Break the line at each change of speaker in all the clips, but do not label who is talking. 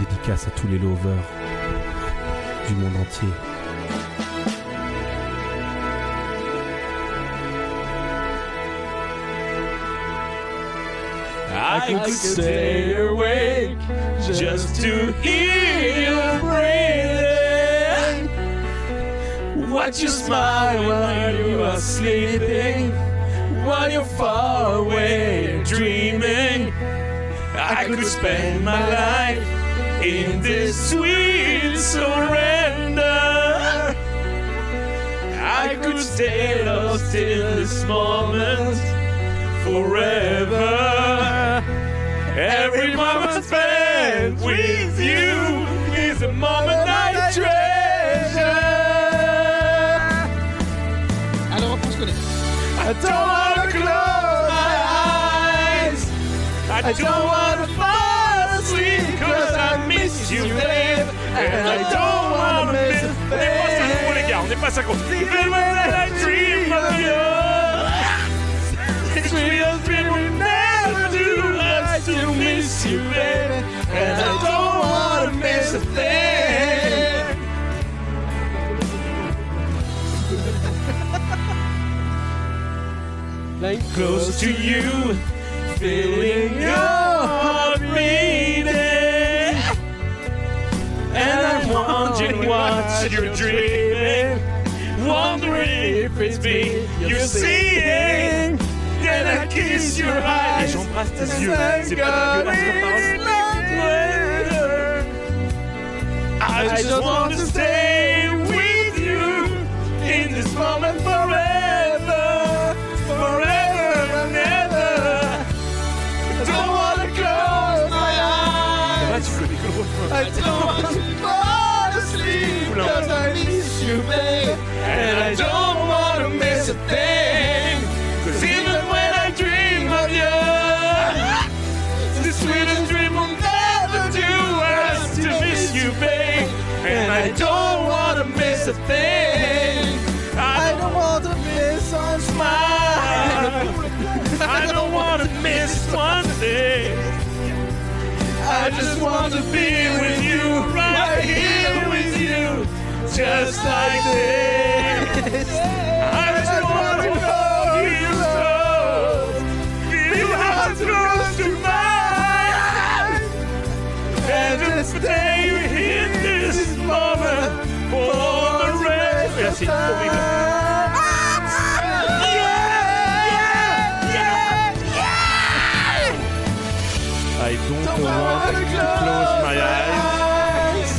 Dédicace à tous les lovers du monde entier.
I could stay awake just to hear you breathing. Watch you smile while you are sleeping, while you're far away dreaming. I could spend my life in this sweet surrender. I could stay lost in this moment forever. Every moment spent with you is a moment I treasure.
Alors, on se connaît.
I don't wanna close my eyes. I don't wanna fall asleep cause I miss you, babe. And I don't wanna miss a
On est pas synchro, les gars, on est pas synchro.
Even when I dream of you, it's real dream we never do. I still miss you, baby, and I don't wanna miss a thing.
Line.
Close to you, feeling your heart beating, and I'm wondering what you're dreaming, wondering if it's me you're seeing. Then I kiss your eyes.
J'embrasse tes yeux. C'est pas dégueulasse comme parole.
I just want to stay with you in this moment forever, forever and ever. Don't wanna close my
Ah,
eyes.
tu connais que le refrain.
I don't want to fall asleep because I miss you, babe. And I don't want to miss a thing. Cause even when I dream of you, the sweetest dream will never do. I still miss you, babe. And I don't want to miss a thing. I don't want to miss one smile. I don't want to miss one thing. I just want to be with you, right here with you, just like this. I just want to hold you so. Feel your heart close to mine. And just stay in this moment for the rest
Merci,
of
horrible.
time. Yeah, yeah,
I don't want
wanna
to close my eyes.
eyes.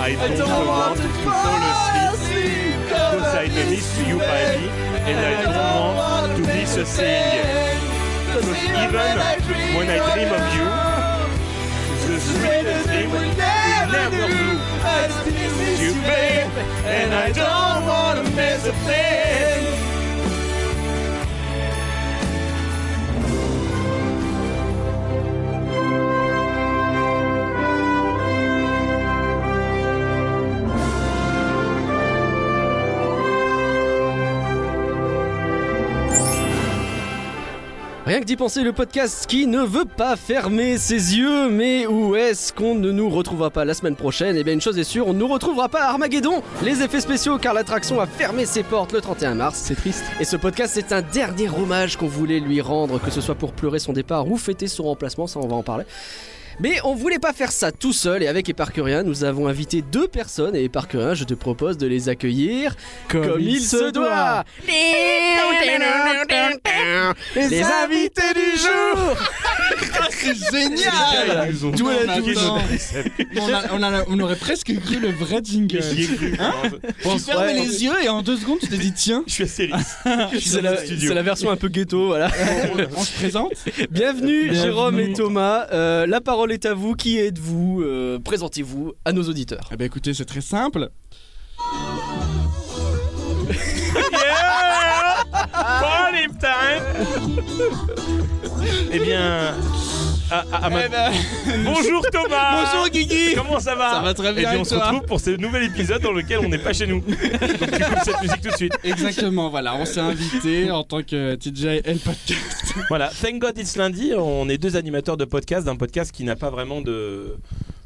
I
I
don't want to fall asleep because I miss you, baby. And I don't want to miss a thing.
Because even when I dream of you,
The
the sweetest
sweetest thing
thing we
will
never
never do.
do. I still miss you, babe, and I don't want to miss a thing.
Rien que d'y penser, le podcast qui ne veut pas fermer ses yeux, mais où est-ce qu'on ne nous retrouvera pas la semaine prochaine Eh bien, une chose est sûre, on ne nous retrouvera pas à Armageddon Les effets spéciaux, car l'attraction a fermé ses portes le 31 mars.
C'est triste.
Et ce podcast, c'est un dernier hommage qu'on voulait lui rendre, que ce soit pour pleurer son départ ou fêter son remplacement, ça on va en parler. Mais on voulait pas faire ça tout seul, et avec Éparcurien, nous avons invité deux personnes, et Éparcurien, je te propose de les accueillir comme, il, se doit. Les invités du jour
Putain,
Génial
ils nous ont
D'où elle a
marqué
tout
notre
le temps.
précepte.
on, a- on a- on aurait presque cru le vrai jingle.
J'y ai cru.
tu fermais
ouais.
les yeux et en deux secondes tu t'es dit tiens,
Je suis assez lisse. Je suis
C'est
dans le
la,
studio.
c'est la version un peu ghetto, voilà.
on se présente.
Bienvenue,
Bienvenue.
Jérôme et Thomas. Euh, la parole est à vous. Qui êtes-vous Euh, Présentez-vous à nos auditeurs.
Eh ben écoutez, c'est très simple.
Yeah! Party time! Eh bien. à- à- à ma-
Eh ben,
Bonjour Thomas!
Bonjour Guigui
Comment ça va
Ça va très bien
Et
et
puis on se
toi
retrouve pour ce nouvel épisode dans lequel on n'est pas chez nous. Donc tu coupes cette musique tout de suite.
Exactement, voilà, on s'est invité en tant que TJ L Podcast.
Voilà, thank God it's lundi, on est deux animateurs de podcast, d'un podcast qui n'a pas vraiment de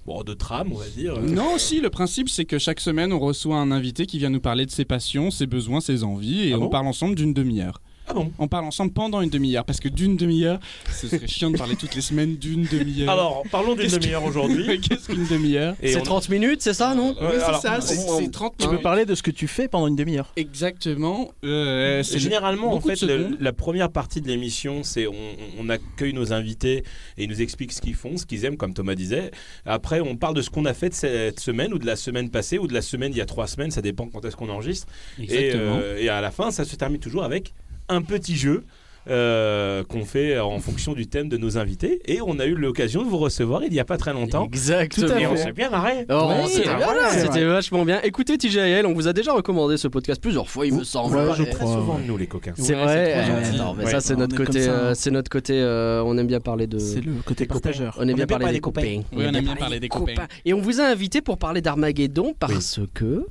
bon, de trame, on va dire.
Non, si, le principe, c'est que chaque semaine, on reçoit un invité qui vient nous parler de ses passions, ses besoins, ses envies, et
Ah
on
bon
parle ensemble d'une demi-heure.
Ah bon
On parle ensemble pendant une demi-heure, parce que d'une demi-heure, ce serait chiant de parler toutes les semaines d'une demi-heure.
Alors, parlons d'une
Euh, Qu'est-ce que-
demi-heure aujourd'hui.
Mais qu'est-ce qu'une demi-heure
Et
C'est
on-
30 minutes, c'est ça, non
Ouais, alors,
ça, c'est
on-
c'est 30
Tu peux parler de ce que tu fais pendant une demi-heure.
Exactement. euh,
C'est
c'est
généralement en
beaucoup de
fait le-
secondes.
la première partie de l'émission, c'est on, on accueille nos invités et ils nous expliquent ce qu'ils font, ce qu'ils aiment, comme Thomas disait. Après, on parle de ce qu'on a fait de cette semaine ou de la semaine passée ou de la semaine il y a trois semaines, ça dépend quand est-ce qu'on enregistre. Et,
Exactement.
euh, et à la fin, ça se termine toujours avec un petit jeu. euh, qu'on fait en fonction du thème de nos invités et on a eu l'occasion de vous recevoir il n'y a pas très longtemps
Tout
et
à fait.
Exactement.
on s'est bien marré
Oh,
Ouais,
c'était
c'est
bien,
vrai.
c'était vachement bien. Écoutez TJL, on vous a déjà recommandé ce podcast plusieurs fois, il me semble.
Ouais,
On
je
parle très
crois,
souvent de nous les coquins
C'est
Ouais,
vrai.
c'est trop
euh,
gentil.
non, mais
Ouais.
ça c'est
On
notre
est comme
côté,
ça,
euh,
hein.
c'est notre côté. euh, on aime bien parler de.
C'est le côté partageur.
On aime bien parler des
copains.
copains.
Oui, on aime bien parler des copains.
Et on vous a invité pour parler d'Armageddon parce que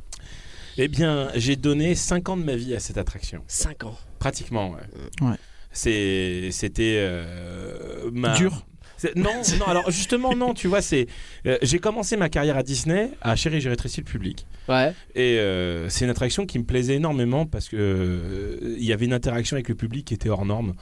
Eh bien j'ai donné 5 ans de ma vie à cette attraction
5 ans.
Pratiquement, ouais.
Ouais.
C'est- C'était euh, ma...
Dur.
C'est- Non, non, alors justement, non, tu vois, c'est. euh, j'ai commencé ma carrière à Disney, à Chéri, j'ai rétréci le public.
Ouais.
Et euh, c'est une attraction qui me plaisait énormément parce que euh, il y avait une interaction avec le public qui était hors norme.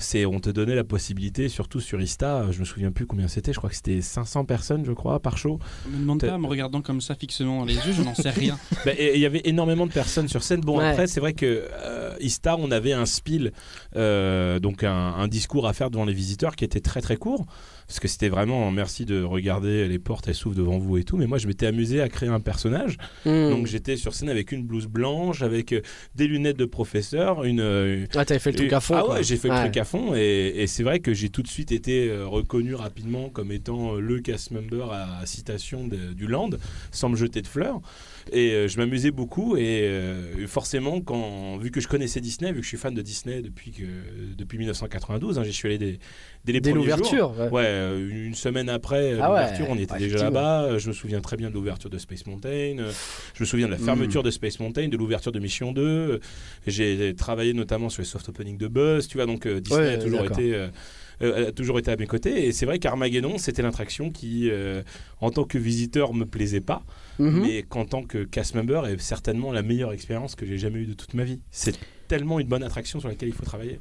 C'est, on te donnait la possibilité, surtout sur Ista, je me souviens plus combien c'était, je crois que c'était 500 personnes, je crois, par show.
Ne me demande
t'as-
pas, en me regardant comme ça fixement dans les yeux, je n'en sais rien.
Bah, et- et Il y avait énormément de personnes sur scène. Bon,
Ouais.
après, c'est vrai que euh, Ista, on avait un spiel, euh, donc un, un discours à faire devant les visiteurs qui était très très court. Parce que c'était vraiment merci de regarder les portes, elles s'ouvrent devant vous et tout. Mais moi, je m'étais amusé à créer un personnage.
Hmm.
Donc j'étais sur scène avec une blouse blanche, avec euh, des lunettes de professeur, une. euh,
Ah, t'avais fait le truc à fond.
ah
quoi.
ouais, j'ai fait le
Ouais.
truc à fond et, et c'est vrai que j'ai tout de suite été euh, reconnu rapidement comme étant euh, le cast member à, à citation de- du Land, sans me jeter de fleurs. Et euh, je m'amusais beaucoup et euh, forcément, quand, vu que je connaissais Disney, vu que je suis fan de Disney depuis, que, depuis 1992, hein, j'y suis allé dès, dès les
Dès
premiers jours.
l'ouverture. ouais.
Ouais, euh, une semaine après euh,
Ah ouais.
l'ouverture, on était
Ouais,
déjà
effectivement.
là-bas. Euh, Je me souviens très bien de l'ouverture de Space Mountain. Euh, Je me souviens
Mm.
de la fermeture de Space Mountain, de l'ouverture de Mission 2. Euh, J'ai travaillé notamment sur les soft openings de Buzz. Tu vois, donc euh, Disney
Ouais,
a toujours
d'accord.
été. euh, euh, a toujours été à mes côtés et c'est vrai qu'Armageddon c'était l'attraction qui euh, en tant que visiteur me plaisait pas
Mhm.
mais qu'en tant que cast member est certainement la meilleure expérience que j'ai jamais eue de toute ma vie c'est tellement une bonne attraction sur laquelle il faut travailler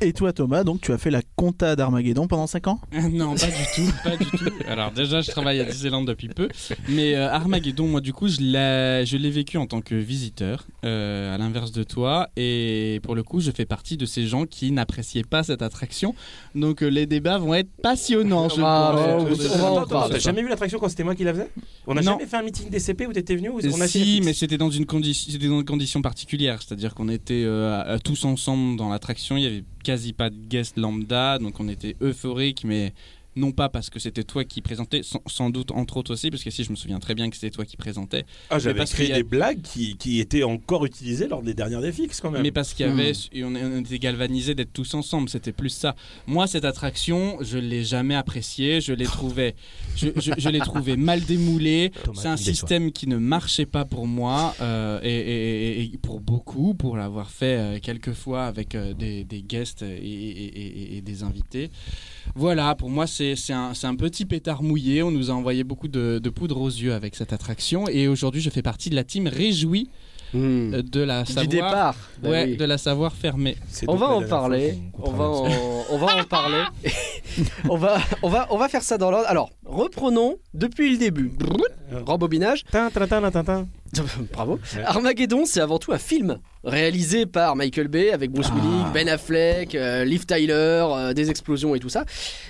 Et toi, Thomas, donc tu as fait la compta d'Armageddon pendant 5 ans
non, pas du tout, pas du tout. Alors déjà, je travaille à Disneyland depuis peu, mais euh, Armageddon, moi du coup, je l'ai, je l'ai vécu en tant que visiteur, euh, à l'inverse de toi, et pour le coup, je fais partie de ces gens qui n'appréciaient pas cette attraction, donc euh, les débats vont être passionnants. Je
Ah,
pense,
bah,
autour
on-
de
on
ça.
va en
Attends, attends,
parle,
t'as jamais vu l'attraction quand c'était moi qui la faisais On n'a
Non.
jamais fait un meeting DCP où t'étais venu ou on a
Euh, si, mais c'était dans une condition, c'était dans une condition particulière, c'est-à-dire qu'on était euh, à- à tous ensemble dans l'attraction. Il y avait quasi pas de guest lambda, donc on était euphorique, mais non pas parce que c'était toi qui présentais, sans, sans doute entre autres aussi, parce que si je me souviens très bien que c'était toi qui présentais,
Ah,
mais
j'avais
parce
créé
qu'il y a-
des blagues qui, qui étaient encore utilisées lors des dernières défixes quand même.
mais parce qu'il y
Hmm.
avait, et on, on était galvanisés d'être tous ensemble. C'était plus ça. Moi, cette attraction, je l'ai jamais appréciée. Je l'ai trouvée, je, je- je l'ai trouvée mal démoulée.
Thomas,
C'est un
tu me déçois.
système qui ne marchait pas pour moi euh, et, et- et- et pour beaucoup, pour l'avoir fait euh, quelques fois avec euh, des, des guests et, et- et- et- et des invités. Voilà, pour moi, c'est c'est un, c'est un petit pétard mouillé. On nous a envoyé beaucoup de, de poudre aux yeux avec cette attraction et aujourd'hui, je fais partie de la team réjouie
Hmm.
euh, de la savoir,
Du départ. bah
ouais,
oui.
de la savoir fermée.
C'est
On
donc
va
la
en
dernière fois
parler.
qu'on- qu'on
On va en,
traverse.
on va en parler. on va, on va, on va faire ça dans l'ordre. Alors, reprenons depuis le début. Rembobinage.
Tin, tin, tin, tin, tin.
Bravo.
Ouais.
Armageddon, c'est avant tout un film réalisé par Michael Bay avec Bruce
Ah.
Willis, Ben Affleck, euh, Liv Tyler, euh, des explosions et tout ça.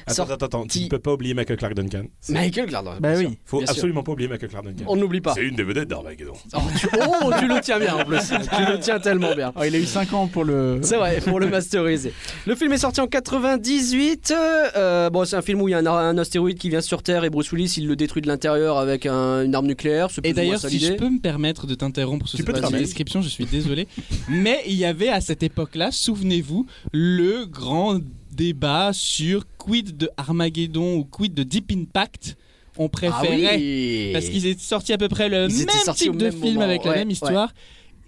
Attends,
Sorti-
attends, attends, tu ne peux pas oublier Michael Clark Duncan. C'est-
Michael Gladwell.
Bah oui.
Faut
bien sûr.
absolument pas oublier Michael Clark Duncan.
On n'oublie pas.
C'est une des vedettes d'Armageddon.
Oh tu... oh, tu le tiens bien en plus. tu le tiens tellement bien.
Ah, il a eu 5 ans pour le.
C'est vrai, pour le masteriser. Le film est sorti en 98. euh, bon, c'est un film où il y a un, un astéroïde qui vient sur Terre et Bruce Willis, il le détruit de l'intérieur avec un- une arme nucléaire. c'est plus
Et
ou moins
d'ailleurs,
ça
si je
l'idée.
peux me permettre de t'interrompre sur
Tu peux te
cette petite
permettre.
description, je suis désolé, mais il y avait à cette époque-là, souvenez-vous, le grand débat sur quid de Armageddon ou quid de Deep Impact. On
Ah
préférait
oui.
parce qu'ils étaient sortis à peu près le
Ils étaient
même
sortis
type
au
de
même
film
moment,
avec
ouais,
la même
ouais.
histoire.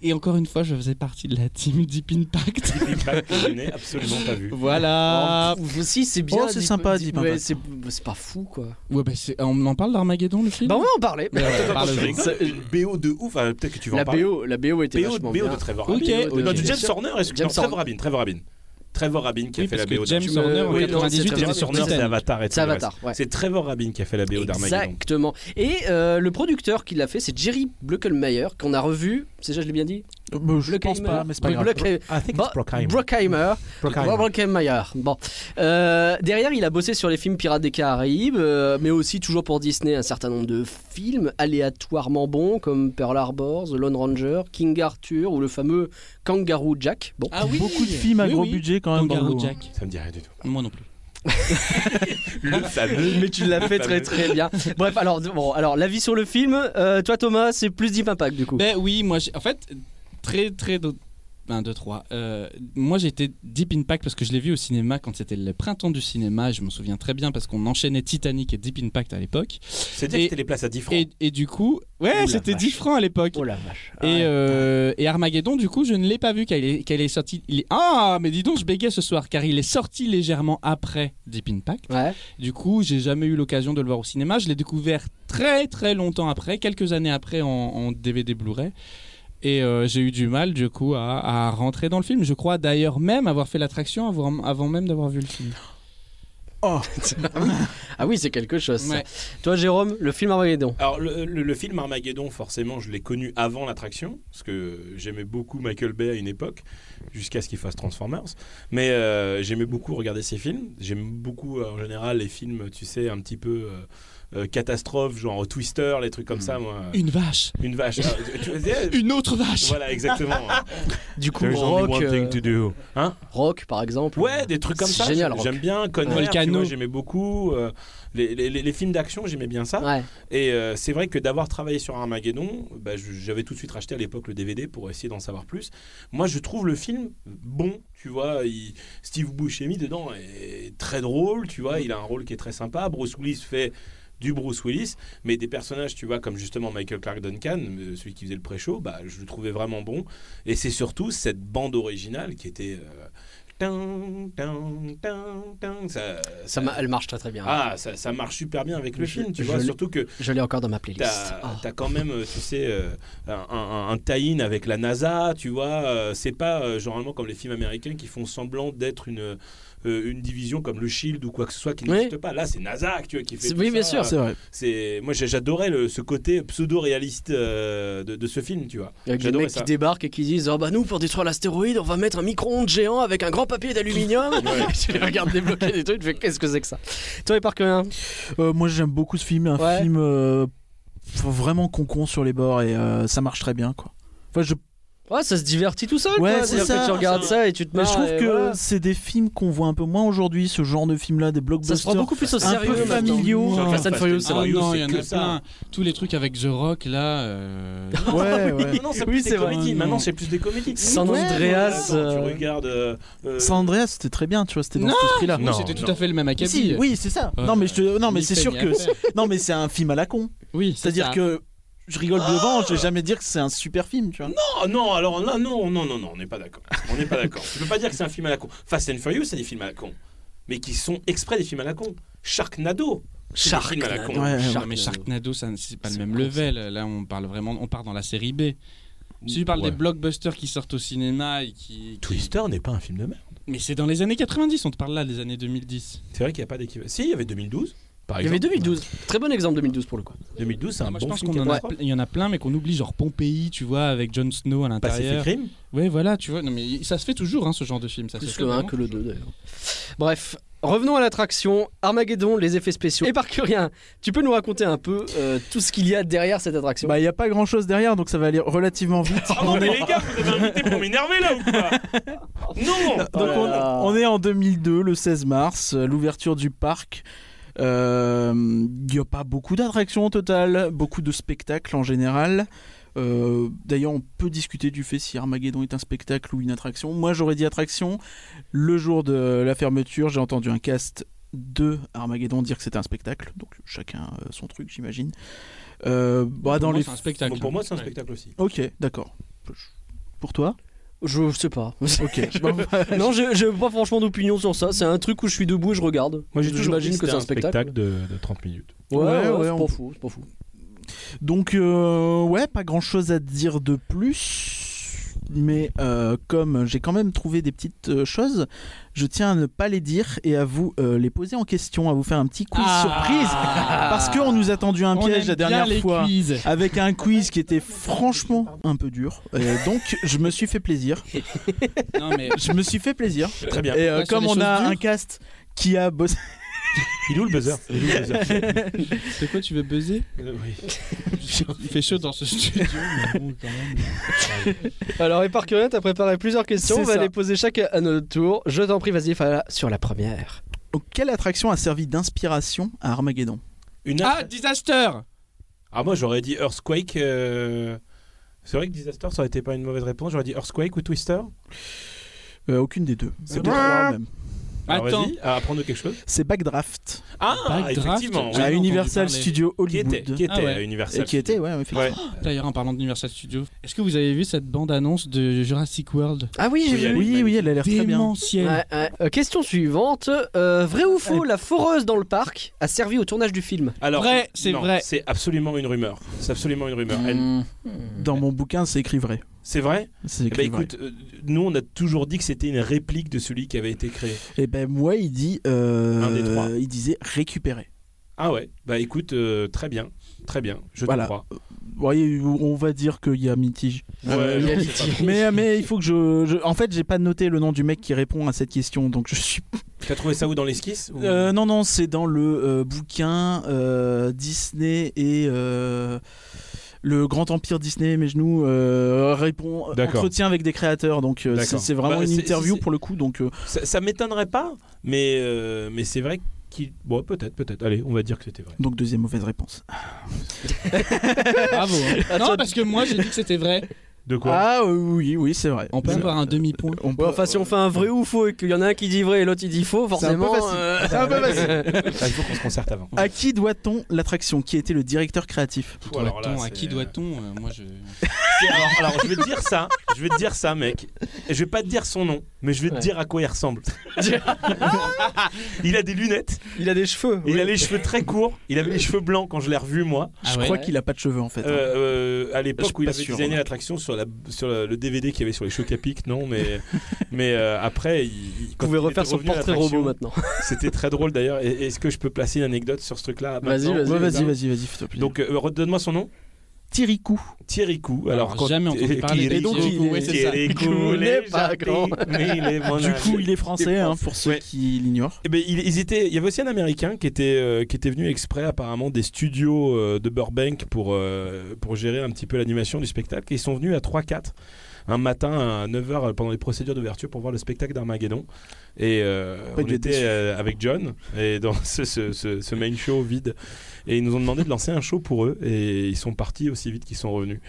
Et encore une fois, je faisais partie de la team Deep Impact.
Impact, je n'ai absolument pas vu.
voilà.
Vous aussi, c'est bien.
Oh, c'est
Deep-
sympa,
Deep-
Deep
ouais,
Impact.
c'est c'est pas fou, quoi.
Ouais, bah, c'est- on en parle d'Armageddon, le film
Bah, on va en parler.
Ouais, ouais,
Attends,
parle-en.
je rigole,
Ça-
BO de ouf, ah, peut-être que tu vas
La
en parler.
BO, la BO était
BO,
vachement
BO
bien.
de Trevor
Ok,
Rabin.
ok.
Non, de James Horner, est-ce que
James
non, Trevor
Horner.
Rabin, Trevor Rabin. Trevor Rabin qui
Oui,
a fait
parce
la
que
BO
James
Tu me-
Horner en
oui, non, c'est
98
Trevor
James
était
Horner,
Horner, c'est
Titanic.
Avatar et tout
C'est
le reste.
Avatar, ouais.
C'est Trevor Rabin qui a fait la BO d'Armageddon.
Exactement. Et euh, le producteur qui l'a fait, c'est Jerry Bruckheimer, qu'on a revu. C'est ça, je l'ai bien dit
Bah, je pense
Bruckheimer.
pas, mais c'est pas
Oui,
grave.
Bruckheimer.
I think
Bah, Bruckheimer. Bruckheimer. Bon. Euh, derrière, il a bossé sur les films Pirates des Caraïbes, euh, mais aussi toujours pour Disney un certain nombre de films aléatoirement bons comme Pearl Harbor, The Lone Ranger, King Arthur ou le fameux Kangaroo Jack. Bon.
Ah oui
Beaucoup de films à
Oui,
gros
oui.
budget hein, quand même.
Kangaroo
bravo.
Jack.
Ça me dit rien du tout.
Moi non plus.
Le fameux.
Mais tu l'as fait très très bien. Bref, alors bon, alors l'avis sur le film, euh, toi Thomas, c'est plus Deep Impact du coup.
Ben oui, moi, j'ai- en fait, très, très. do- Ben, deux, trois. Euh, moi, j'étais Deep Impact parce que je l'ai vu au cinéma quand c'était le printemps du cinéma. Je m'en souviens très bien parce qu'on enchaînait Titanic et Deep Impact à l'époque.
C'est dire que
Et-
c'était les places à 10 francs.
Et, et du coup,
la
ouais, c'était
vache.
10 francs à l'époque.
Oh la vache.
Et, euh, et Armageddon, du coup, je ne l'ai pas vu qu'elle est, qu'elle est sortie. Il est- Ah, mais dis donc, je bégayais ce soir, car il est sorti légèrement après Deep Impact.
Ouais.
Du coup, j'ai jamais eu l'occasion de le voir au cinéma. Je l'ai découvert très très longtemps après, quelques années après en, en DVD Blu-ray. Et euh, j'ai eu du mal, du coup, à, à rentrer dans le film. Je crois d'ailleurs même avoir fait l'attraction avant, avant même d'avoir vu le film.
ah oui, c'est quelque chose. ça.
Ouais.
Toi Jérôme, le film Armageddon.
Alors, le, le- le film Armageddon, forcément, je l'ai connu avant l'attraction, parce que j'aimais beaucoup Michael Bay à une époque, jusqu'à ce qu'il fasse Transformers. Mais euh, j'aimais beaucoup regarder ses films. J'aime beaucoup, euh, en général, les films, tu sais, un petit peu euh, euh, catastrophe, genre Twister, les trucs comme ça, moi.
Une vache
Une vache. Ah, tu- tu veux dire
Une autre vache
Voilà, exactement.
Du coup,
There's only
rock,
one thing
euh,
to do. Hein
rock par exemple.
Ouais, des trucs comme
C'est
ça.
génial,
j'ai-
Rock.
J'aime bien Conner,
Volcano.
tu vois, j'aimais beaucoup. euh, les, les- les- les films d'action, j'aimais bien ça.
Ouais.
Et euh, c'est vrai que d'avoir travaillé sur Armageddon, bah, je- j'avais tout de suite racheté à l'époque le DVD pour essayer d'en savoir plus. Moi, je trouve le film bon, tu vois. il- Steve Buscemi dedans est très drôle, tu vois. Il a un rôle qui est très sympa. Bruce Willis fait du Bruce Willis, mais des personnages, tu vois, comme justement Michael Clark Duncan, euh, celui qui faisait le pré-show, bah, je le trouvais vraiment bon. Et c'est surtout cette bande originale qui était. euh, tin, tin, tin, tin, ça,
Ça, ma- elle marche très très bien.
ah, ça, ça marche super bien avec le
Je-
film, tu
je
vois.
l'ai-
Surtout que
Je l'ai encore dans ma playlist.
T'as
Ah.
t'as quand même, euh, tu sais, euh, un, un, un tie-in avec la NASA, tu vois. euh, c'est pas euh, généralement comme les films américains qui font semblant d'être une, euh, une division comme le Shield ou quoi que ce soit qui
Oui.
n'existe pas. Là, c'est NASA tu vois, qui fait.
C'est-
tout
oui, bien
ça.
sûr.
C'est vrai.
C'est moi, j'ai- j'adorais le- ce côté pseudo-réaliste euh, de, de ce film, tu vois.
Avec des
J'adorais
mecs
ça.
qui débarquent et qui disent Oh bah nous, pour détruire l'astéroïde, on va mettre un micro-ondes géant avec un grand papier d'aluminium. tu les regardes débloquer des trucs, tu fais Qu'est-ce que c'est que ça Toi et Parker, hein
Euh, moi j'aime beaucoup ce film, un
Ouais.
film euh, vraiment concon sur les bords et euh, ça marche très bien quoi. Enfin, je,
Ouais, ça se divertit tout seul.
Ouais,
quoi.
c'est
C'est-à-dire que
ça,
tu regardes
ça.
ça et tu te
mais
marres.
je trouve
et
que
voilà.
c'est des films qu'on voit un peu moins aujourd'hui, ce genre de film là, des
ça
blockbusters.
se prend beaucoup plus au
un
sérieux.
peu
maintenant.
familiaux.
Sur
Fast and
Fast
Furious,
and
Ah
Furious,
non, il y
c'est
en
que
a
ça.
plein. Tous les trucs avec The Rock, là... euh,
Ouais, ouais.
Maintenant, c'est
Oui,
plus
c'est
des
vrai.
comédies.
Non.
Maintenant, c'est plus des comédies.
San
Ouais,
Andreas,
voilà,
euh,
Tu regardes. euh, euh,
San Andreas c'était très bien, tu vois, c'était dans
Non,
cet esprit là.
oui, c'était tout à fait le même acabit.
Si, oui, c'est ça.
Ouais.
non mais je te- non mais
Ni
c'est
fait
sûr
ni
que
à faire.
non mais c'est un film à la con.
Oui,
C'est-à-dire
ça.
que je rigole devant, je vais jamais dire que c'est un super film, tu vois.
Oh non, alors là, non, non, non, non, on n'est pas d'accord. On n'est pas d'accord. Tu peux pas dire que c'est un film à la con. Fast and Furious, c'est des films à la con. Mais qui sont exprès des films à la con. Sharknado. c'est des films à la con.
Sharknado.
Ouais, ouais,
Ah, Non, mais Sharknado, ça, c'est pas le
C'est
même
con,
level. Là, on parle vraiment, on part dans la série B. Si tu parles
Ouais.
des blockbusters qui sortent au cinéma et qui. qui-
Twister n'est pas un film de merde.
Mais c'est dans les années 90, on te parle là des années 2010.
C'est vrai qu'il n'y a pas d'équivalent. Si, il y avait 2012. Par
Il y avait
exemple.
2012. Très bon exemple 2012 pour le coup.
2012, c'est un
Moi, je
bon
pense
film.
qu'on en a,
catastrophe.
ple- il y en a plein, mais qu'on oublie, genre Pompéi, tu vois, avec Jon Snow à
Pacific
l'intérieur.
Rim.
Ouais, voilà, tu vois. Non, mais ça se fait toujours, hein, ce genre de film. Ça se
Plus
fait
que un
vraiment.
que le 2 d'ailleurs. Bref, revenons à l'attraction Armageddon, les effets spéciaux. Et Parcurien, tu peux nous raconter un peu euh, tout ce qu'il y a derrière cette attraction
Bah, il n'y a pas grand chose derrière, donc ça va aller relativement vite.
Ah non, mais les gars, vous avez invité pour m'énerver là ou quoi Non
Donc
Oh là
on,
là.
on est en 2002, le 16 mars, euh, l'ouverture du parc. Euh, Il n'y a pas beaucoup d'attractions au total, beaucoup de spectacles en général. Euh, D'ailleurs, on peut discuter du fait si Armageddon est un spectacle ou une attraction. Moi, j'aurais dit attraction. Le jour de la fermeture, j'ai entendu un cast de Armageddon dire que c'était un spectacle. Donc chacun euh, son truc, j'imagine. Euh, bah,
Pour
dans
moi,
les
c'est un spectacle.
Bon, Pour moi, c'est un
Ouais.
spectacle aussi.
Ok, d'accord. Je- pour toi
Je, je sais pas.
Ok.
non, je je- pas franchement d'opinion sur ça. C'est un truc où je suis debout et je regarde.
Moi, j'ai toujours
J'imagine
dit
que c'est un spectacle.
de, de 30 minutes.
Ouais,
Ouais,
ouais,
ouais,
c'est
on-
pas fou, c'est pas fou.
Donc, euh, ouais, pas grand chose à dire de plus. Mais euh, comme j'ai quand même trouvé des petites euh, choses, je tiens à ne pas les dire et à vous euh, les poser en question, à vous faire un petit quiz
Ah.
surprise. Parce qu'on nous a tendu un
On
piège
aime
la
bien
dernière
les
fois.
quiz.
Avec un quiz qui était franchement un peu dur. Euh, donc, je me suis fait plaisir.
Non, mais
Je me suis fait plaisir.
Très bien.
Et euh,
Ouais, Bah, sur
comme
des
on a
choses dures.
un cast qui a bossé.
Il est où le buzzer Il est où le buzzer
c'est quoi, tu veux buzzer
Euh, oui.
Il fait chaud dans ce studio, mais bon, quand même.
Alors, et par curieux, t'as préparé plusieurs questions.
C'est
On va
ça.
les poser chacun à notre tour. Je t'en prie, vas-y, Fala, sur la première.
Donc, Quelle attraction a servi d'inspiration à Armageddon
Une
Ah,
autre-
Disaster
Ah, moi, j'aurais dit Earthquake. euh, C'est vrai que Disaster, ça aurait été pas une mauvaise réponse. J'aurais dit Earthquake ou Twister.
Euh, Aucune des deux.
C'est
Euh,
bon.
trois, même.
Alors,
Attends.
vas-y, à apprendre quelque chose.
C'est Backdraft.
Ah,
Backdraft.
effectivement. oui.
Ah,
à
oui.
Universal
entendu parler.
Studio
Qui
Hollywood.
était, qui était
Ah ouais.
à Universal.
Et qui était, ouais, effectivement.
Ouais.
D'ailleurs, en parlant d'Universal Studios, est-ce que vous avez vu cette bande-annonce de Jurassic World
Ah oui, j'ai
Oui,
vu.
allez.
Oui, oui, elle a l'air très bien.
Démentielle
Ouais, ouais. Euh, question suivante. Euh, vrai ou faux, la foreuse dans le parc a servi au tournage du film
Alors,
Vrai, c'est
non,
vrai.
C'est absolument une rumeur. C'est absolument une
Mm.
rumeur. Elle-
Mmh.
Hmm.
Dans mon bouquin, c'est écrit vrai.
C'est vrai
C'est
Eh ben,
écrit vrai.
écoute, euh, nous, on a toujours dit que c'était une réplique de celui qui avait été créé.
Et ben moi, il dit, euh,
Un des trois.
il disait récupérer.
Ah ouais Bah écoute, euh, très bien. Très bien. Je
Voilà.
te crois.
Voyez, on va dire qu'il y a mitige.
Ouais,
il y a
non,
les
c'est pas
tirs.
trop.
Mais mais il faut que je, je- en fait, j'ai pas noté le nom du mec qui répond à cette question, donc je suis.
T'as trouvé ça où dans l'esquisse ou-
Euh, non non, c'est dans le euh, bouquin euh, Disney et. euh, le grand empire Disney, mes genoux, euh, répond,
D'accord.
entretien avec des créateurs. Donc, euh, c'est
D'accord.
c'est vraiment
Bah,
une
c'est-
interview
c'est-
pour le coup. Donc, euh,
Ça, ça m'étonnerait pas, mais, euh, mais c'est vrai qu'il. Bon, peut-être, peut-être. Allez, on va dire que c'était vrai.
donc deuxième mauvaise réponse.
Bravo hein. Non, parce que moi, j'ai dit que c'était vrai.
De quoi
Ah euh, oui, oui, c'est vrai.
On peut
Je-
avoir un demi-point.
on peut-
Ouais, Enfin, si on fait un vrai ou faux et qu'il y en a un qui dit vrai et l'autre il dit faux,
C'est un peu
forcément.
facile.
euh,
C'est un peu facile.
Ah, Il faut qu'on se concerte avant.
euh, À qui doit-on l'attraction Qui était le directeur créatif
Pff, alors là,
Doit-on- à
c'est-
qui doit-on Euh, Moi, je...
C'est- Alors, alors, je vais te dire ça, je vais te dire ça, mec. Et je vais pas te dire son nom, mais je vais te
Ouais.
dire à quoi il ressemble. il a des lunettes,
Il a des cheveux.
il a les cheveux très courts, il avait les cheveux blancs quand je l'ai revu moi.
Ah
Je
ouais
crois qu'il a pas de cheveux en fait. hein.
Euh, euh, à
Je suis
l'époque où il
pas
avait
sûr,
designé
hein.
l'attraction sur, la, sur la- le DVD qu'il y avait sur les chocs à pic, non, mais, mais euh, après, il, il-
Vous
quand
pouvez
il
refaire
était
son
revenu à
portrait
l'attraction,
robot maintenant.
C'était très drôle d'ailleurs. Et- Est-ce que je peux placer une anecdote sur ce truc-là
Vas-y,
maintenant
vas-y,
Ouais, vas-y,
euh,
vas-y, vas-y, fais-toi plaisir.
Donc, euh, redonne-moi son nom
Thierry Coup.
Thierry Coup. Alors,
Alors,
quand-
jamais entendu
euh,
parler de
Thierry
Et donc,
Coup.
il est- ouais, c'est ça.
Thierry
Il
Coup
n'est
n'est
pas
pas
grand.
grand. Mais il est mon
Du
ami.
coup, il est français, hein,
français.
pour ceux
Ouais.
qui l'ignorent.
Eh ben, il, ils étaient- il y avait aussi un Américain qui était, euh, qui était venu exprès apparemment des studios euh, de Burbank pour, euh, pour gérer un petit peu l'animation du spectacle. Et ils sont venus à 3-4 un matin à 9h pendant les procédures d'ouverture pour voir le spectacle d'Armageddon. Et euh,
Pas
on
dû être
était
déçu.
euh, avec John et dans ce, ce, ce, ce main show vide. Et ils nous ont demandé de lancer un show pour eux. Et ils sont partis aussi vite qu'ils sont revenus.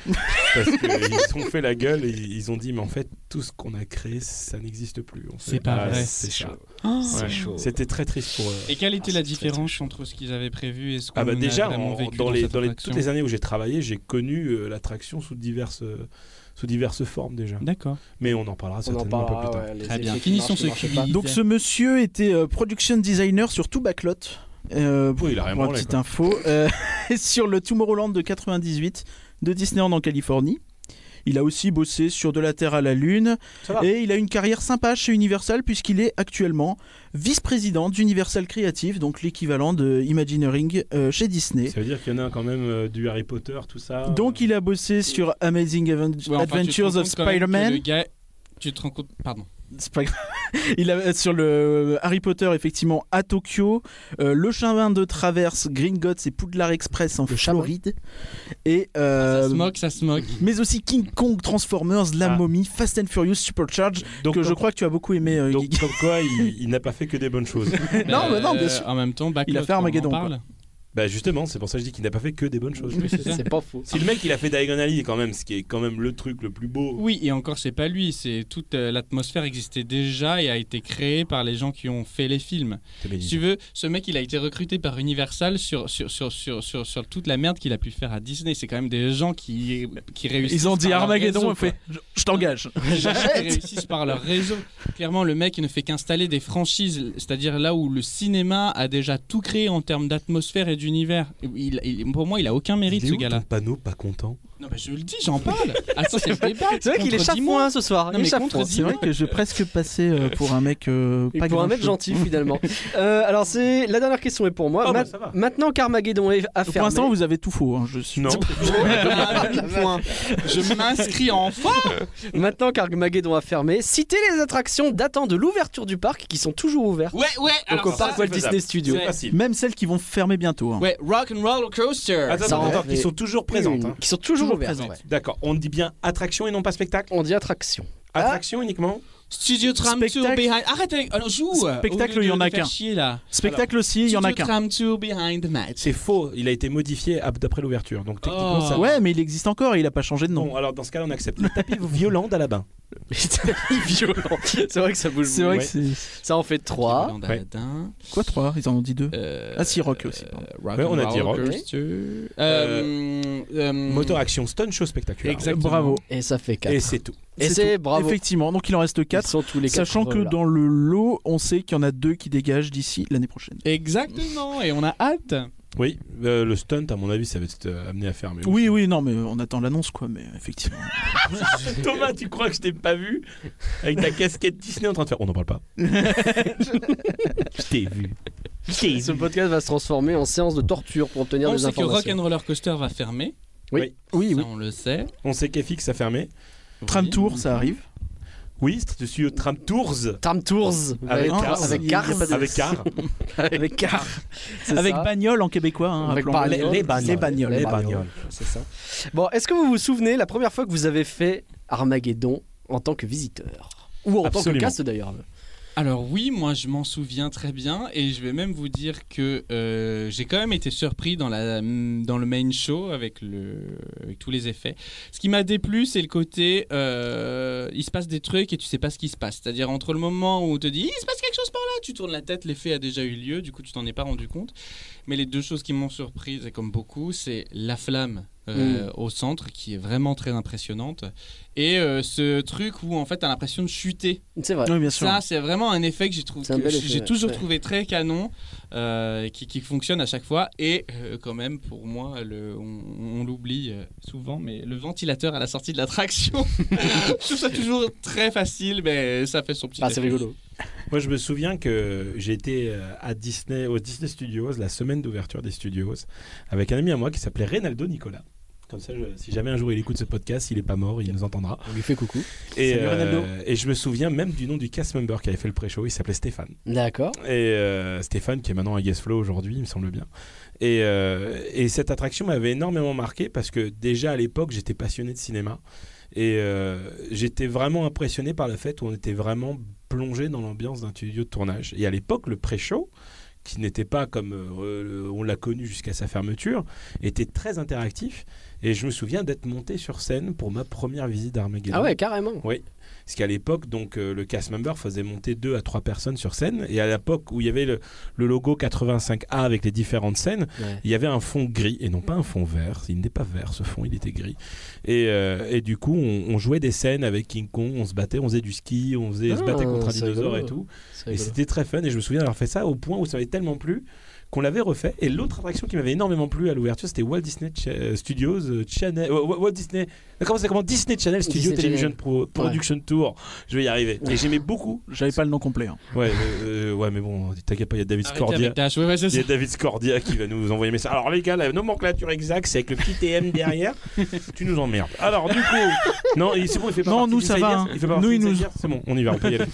Parce qu'ils ont fait la gueule et ils ont dit Mais en fait, tout ce qu'on a créé, ça n'existe plus. On
C'est
fait,
pas
ah,
vrai.
C'est chaud.
Ouais.
Ouais. C'était très triste pour eux.
Et quelle était
Ah,
la
c'est
différence entre ce qu'ils avaient prévu et ce qu'on
Ah bah
a
déjà,
vraiment
en-
vécu
dans, les,
cette
dans les-
attraction
toutes les années où j'ai travaillé, j'ai connu euh, l'attraction sous diverses, euh, sous diverses formes déjà.
D'accord.
Mais on en parlera
On en
certainement un peu
parlera.
plus tard.
ouais, les
Très bien.
effets qui
Finissons
marchent,
ce
qui marchent
quiz.
pas.
Donc, ce monsieur était euh, production designer sur tout Backlot. Euh, pour
Oui, il a
Ah,
rien
pour la
branlé,
petite
quoi.
info. euh, sur le Tomorrowland de 98 de Disneyland en Californie. Il a aussi bossé sur De la Terre à la Lune.
Ça va.
Et il a une carrière sympa chez Universal puisqu'il est actuellement vice-président d'Universal Creative, donc l'équivalent de Imagineering euh, chez Disney.
Ça veut dire qu'il y en a quand même euh, du Harry Potter, tout ça.
Donc il a bossé sur Amazing Aven-
euh, Ouais, enfin, tu te
Adventures
rends
of
compte quand même que
Spider-Man.
Le gars, tu te rends compte. Pardon.
C'est pas grave. Il a sur le euh, Harry Potter effectivement à Tokyo, euh, le chemin de traverse Gringotts et Poudlard Express en
Le chemin.
Floride et euh,
ça se moque, ça se moque.
mais aussi King Kong, Transformers, La
Ah.
Momie, Fast and Furious, Supercharge
donc,
que je crois que tu as beaucoup aimé euh,
donc,
Guigui.
comme quoi, il, il n'a pas fait que des bonnes choses.
Non, mais non, bien sûr.
Euh, En même temps, Backlot,
Il a fait
on en
Armageddon,
parle.
Bah justement, c'est pour ça que je dis qu'il n'a pas fait que des bonnes choses.
C'est pas faux.
Si le mec il a fait Diagon Alley quand même, ce qui est quand même le truc le plus beau.
Oui, et encore, c'est pas lui. C'est toute euh, l'atmosphère existait déjà et a été créée par les gens qui ont fait les films. Si tu veux, ce mec, il a été recruté par Universal sur, sur, sur, sur, sur, sur toute la merde qu'il a pu faire à Disney. C'est quand même des gens qui, qui réussissent.
Ils ont dit
par leur
Armageddon,
réseau,
on fait je, je t'engage.
quoi. Des gens qui réussissent par leur réseau. Clairement, le mec, il ne fait qu'installer des franchises, c'est-à-dire là où le cinéma a déjà tout créé en termes d'atmosphère et d'univers. Il- il- pour moi, il a aucun mérite,
Il est
ce
où
gars-là.
ton panneau pas content.
Non, mais je le dis, j'en parle. Ah, ça, c'est le débat.
C'est vrai qu'il est
Contredis-moi.
chafouin ce soir.
Non,
il est
mais
chafouin.
contredis-
C'est vrai que je vais presque passer euh, pour un mec euh,
Et
pas
pour un
grand-chose.
mec gentil finalement. Euh, alors c'est la dernière question est pour moi.
Ah bah,
Ma-
ça va.
Maintenant qu'Armageddon est à
Pour l'instant, vous avez tout faux. hein, Je suis
Non.
Je m'inscris en fort.
Maintenant qu'Armageddon a fermé, citez les attractions datant de l'ouverture du parc qui sont toujours ouvertes.
Ouais, ouais.
Donc
alors
au
ça,
parc
c'est
Walt
faisable.
Disney Studios.
C'est facile.
Même celles qui vont fermer bientôt. hein.
Ouais, Rock and Roller Coaster.
Attends,
Ça
attends,
en
attends,
fait
ils sont toujours hein. présents.
Une- Qui sont toujours,
Toujours
ouvertes.
présentes.
ouais.
D'accord, on dit bien attraction et non pas spectacle.
On dit attraction. Ah.
Attraction uniquement
Studio Tram Tour
Spectacle.
Behind. Arrête, avec- alors joue. euh,
Spectacle,
Au lieu
il y en a
de faire
qu'un.
Chier, là.
Spectacle aussi, il y en a
Studio
qu'un.
Tram Tour Behind the Mat.
C'est faux, il a été modifié ap- d'après l'ouverture. Donc techniquement
Oh.
ça.
Ouais, mais il existe encore, il a pas changé de nom.
Non, alors dans ce cas-là, on accepte le tapis violent d'Alabin.
violent. C'est vrai que ça bouge.
C'est vrai que
beaucoup.
c'est.
Ça en fait 3.
Land Aladdin.
Quoi, 3 Ils en ont dit 2.
Euh,
Ah si, Rock aussi. pardon.
Rock
Ouais,
and
on a dit
Roller
Rock.
Coaster. Euh, euh,
Motor action, stun show spectaculaire.
Exactement.
Bravo.
Et ça fait 4.
Et c'est tout.
Et
C'est
c'est bravo.
Effectivement, donc il en reste
Ils
4.
sont tous les quatre
Sachant que
voilà.
dans le lot, on sait qu'il y en a deux qui dégagent d'ici l'année prochaine.
Exactement. Et on a hâte.
Oui, euh, le stunt, à mon avis, ça va être euh, amené à faire. mais
Oui, oui, non, mais on attend l'annonce, quoi, mais effectivement.
Thomas, tu crois que je t'ai pas vu avec ta casquette Disney en train de faire. On n'en parle pas. je t'ai vu. Je t'ai
ce
vu.
podcast va se transformer en séance de torture pour obtenir
on
des
sait que Rock
informations.
and Roller Coaster va fermer.
Oui,
Ça,
oui.
on le sait.
On sait qu'FX a fermé.
Tram
Oui.
Tour, ça arrive.
Oui, c'est sur Tram Tours.
Tram Tours
Avec
Ouais,
Cars.
avec Cars.
Yes.
Avec car.
avec Car. C'est
Avec
ça.
bagnole en québécois. hein,
Avec
rappelons-le.
bagnole.
Les bagnoles.
Les bagnoles.
Les
Les bagnoles.
bagnoles.
C'est ça. Bon, est-ce que vous vous souvenez la première fois que vous avez fait Armageddon en tant que visiteur Ou en tant que
Absolument.
cast d'ailleurs
Alors oui, moi je m'en souviens très bien et je vais même vous dire que euh, j'ai quand même été surpris dans, la, mm, dans le main show avec, le, avec tous les effets. Ce qui m'a déplu, c'est le côté euh, il se passe des trucs et tu sais pas ce qui se passe. C'est-à-dire entre le moment où on te dit il se passe quelque chose par là, tu tournes la tête, l'effet a déjà eu lieu, du coup tu t'en es pas rendu compte. Mais les deux choses qui m'ont surprise, et comme beaucoup, c'est la flamme euh, au centre qui est vraiment très impressionnante et euh, ce truc où en fait t'as l'impression de chuter.
C'est vrai.
Oui, bien sûr.
Ça, c'est vraiment un effet que j'ai trouvé,
C'est un
que
bel
j'ai-
effet,
j'ai
ouais.
toujours
Ouais.
trouvé très canon, euh, qui, qui fonctionne à chaque fois. Et euh, quand même, pour moi, le, on, on l'oublie euh, souvent, mais le ventilateur à la sortie de l'attraction, je trouve ça toujours très facile, mais ça fait son petit.
Ah, c'est
effet.
rigolo.
Moi, je me souviens que j'étais euh, à Disney, au Disney Studios, la semaine d'ouverture des studios, avec un ami à moi qui s'appelait Reynaldo Nicolas. Comme ça, je- si jamais un jour il écoute ce podcast, il est pas mort, il nous entendra.
On lui fait coucou.
Et, euh,
Salut, Reynaldo.
et je me souviens même du nom du cast member qui avait fait le pré-show, il s'appelait Stéphane.
D'accord.
Et euh, Stéphane, qui est maintenant à Yes Flow aujourd'hui, il me semble bien. Et, euh, et cette attraction m'avait énormément marqué parce que déjà à l'époque, j'étais passionné de cinéma. Et euh, j'étais vraiment impressionné par le fait où on était vraiment plongé dans l'ambiance d'un studio de tournage. Et à l'époque, le pré-show, qui n'était pas comme euh, on l'a connu jusqu'à sa fermeture, était très interactif. Et je me souviens d'être monté sur scène pour ma première visite d'Armageddon.
Ah ouais, carrément.
Parce qu'à l'époque, donc euh, le cast member faisait monter deux à trois personnes sur scène. Et à l'époque où il y avait le, le logo 85A avec les différentes scènes,
Ouais.
il y avait un fond gris et non pas un fond vert. Il n'était pas vert ce fond, il était gris. Et, euh, et du coup, on, on jouait des scènes avec King Kong, on se battait, on faisait du ski, on faisait, se
Ah,
battait contre un
c'est
dinosaure et
rigolo.
tout.
C'est
Et
rigolo.
c'était très fun. Et je me souviens d'avoir fait ça au point où ça m'avait tellement plu qu'on l'avait refait. Et l'autre attraction qui m'avait énormément plu à l'ouverture, c'était Walt Disney Ch- euh, Studios euh, Channel. euh, Walt Disney. Comment ça comment Disney Channel Studio
Disney
Television
Channel.
Pro- Production Tour. Je vais y arriver. Et j'aimais beaucoup.
J'avais pas le nom complet. hein.
Ouais, euh, euh, ouais, mais bon, t'inquiète pas, il y a David
Arrêtez
Scordia.
avec Dash, ouais, ouais, c'est
Il
ça.
y a David Scordia qui va nous envoyer un message. Alors les gars, la nomenclature exacte, c'est avec le petit TM derrière. tu nous emmerdes. Alors du coup, non, il- c'est bon, il fait pas
Non,
partie
nous,
du
ça va,
Siders,
hein.
Il fait pas partie
Nous, il
du
nous-
Siders, C'est bon, on y va, on peut y aller.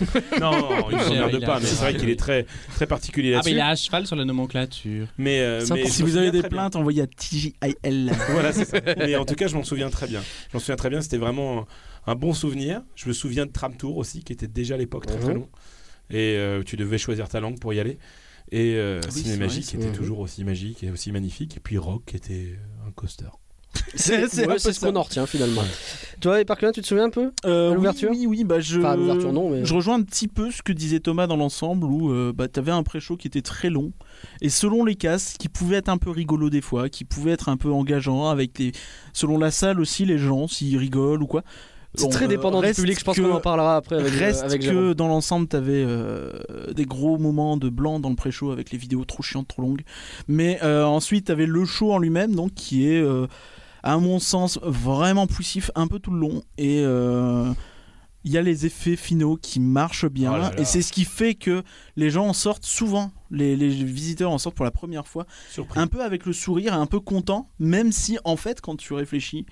non, non, il nous
Il a-
emmerde
il a-
pas, mais c'est vrai qu'il est très, très particulier
Ah, mais il
là-dessus.
est à cheval sur la nomenclature.
mais, euh,
C'est
mais
important.
je
Si
me
vous avez
souviens
des
très bien.
plaintes, envoyez à TJIL.
Voilà, c'est ça. Mais en tout cas, je m'en souviens très bien. Je m'en souviens très bien, c'était vraiment un, un bon souvenir. Je me souviens de Tram Tour aussi, qui était déjà à l'époque très très
Mhm.
long. Et euh, tu devais choisir ta langue pour y aller. Et euh,
Ah oui,
Cinémagique
c'est
vrai,
était
c'est-
toujours aussi magique et aussi magnifique. Et puis Rock qui était euh, un coaster.
C'est
c'est un
ouais,
peu
c'est ce
ça.
qu'on en retient finalement. Toi, et Parker, tu te souviens un peu
Euh,
À l'ouverture
oui, oui, oui, bah je.
Enfin, à l'ouverture, non, mais.
Je rejoins un petit peu ce que disait Thomas dans l'ensemble où euh, bah, t'avais un pré-show qui était très long et selon les castes qui pouvait être un peu rigolo des fois, qui pouvait être un peu engageant avec les selon la salle aussi les gens s'ils rigolent ou quoi.
C'est
Bon,
très
euh,
dépendant du
reste
public, je pense
que-
qu'on en parlera après avec, euh,
Reste
avec Jérôme.
que dans l'ensemble, t'avais euh, des gros moments de blanc dans le pré-show avec les vidéos trop chiantes, trop longues. Mais euh, ensuite, t'avais le show en lui-même, donc qui est, euh, à mon sens, vraiment poussif un peu tout le long. Et euh, il y a les effets finaux qui marchent bien.
Oh là là.
Et c'est ce qui fait que les gens en sortent souvent. Les, les visiteurs en sortent pour la première fois,
Surprise.
un peu avec le sourire et un peu content, même si en fait, quand tu réfléchis,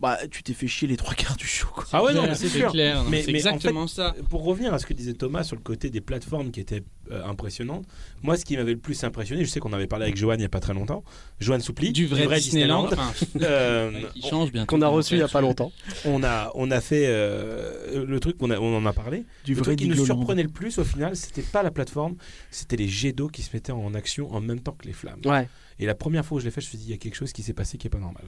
bah, tu t'es fait chier les trois quarts du show. quoi.
Ah ouais, non,
clair,
mais c'est sûr.
clair, non,
Mais-
c'est
mais en
exactement ça.
Pour revenir à ce que disait Thomas sur le côté des plateformes qui étaient euh, impressionnantes, moi ce qui m'avait le plus impressionné, je sais qu'on avait parlé avec Joanne il n'y a pas très longtemps, Joanne Soupli,
Du vrai, Disneyland, enfin,
Euh,
qui change bientôt.
Qu'on a reçu il y a pas longtemps.
on a, on a fait euh, le truc, on, a- on en a parlé.
Du
le truc qui nous
Digoland.
surprenait le plus au final, c'était pas la plateforme, c'était les jets d'eau qui se mettaient en action en même temps que les flammes.
Ouais.
Et la première fois où je l'ai fait, je me suis dit, il y a quelque chose qui s'est passé qui est pas normal.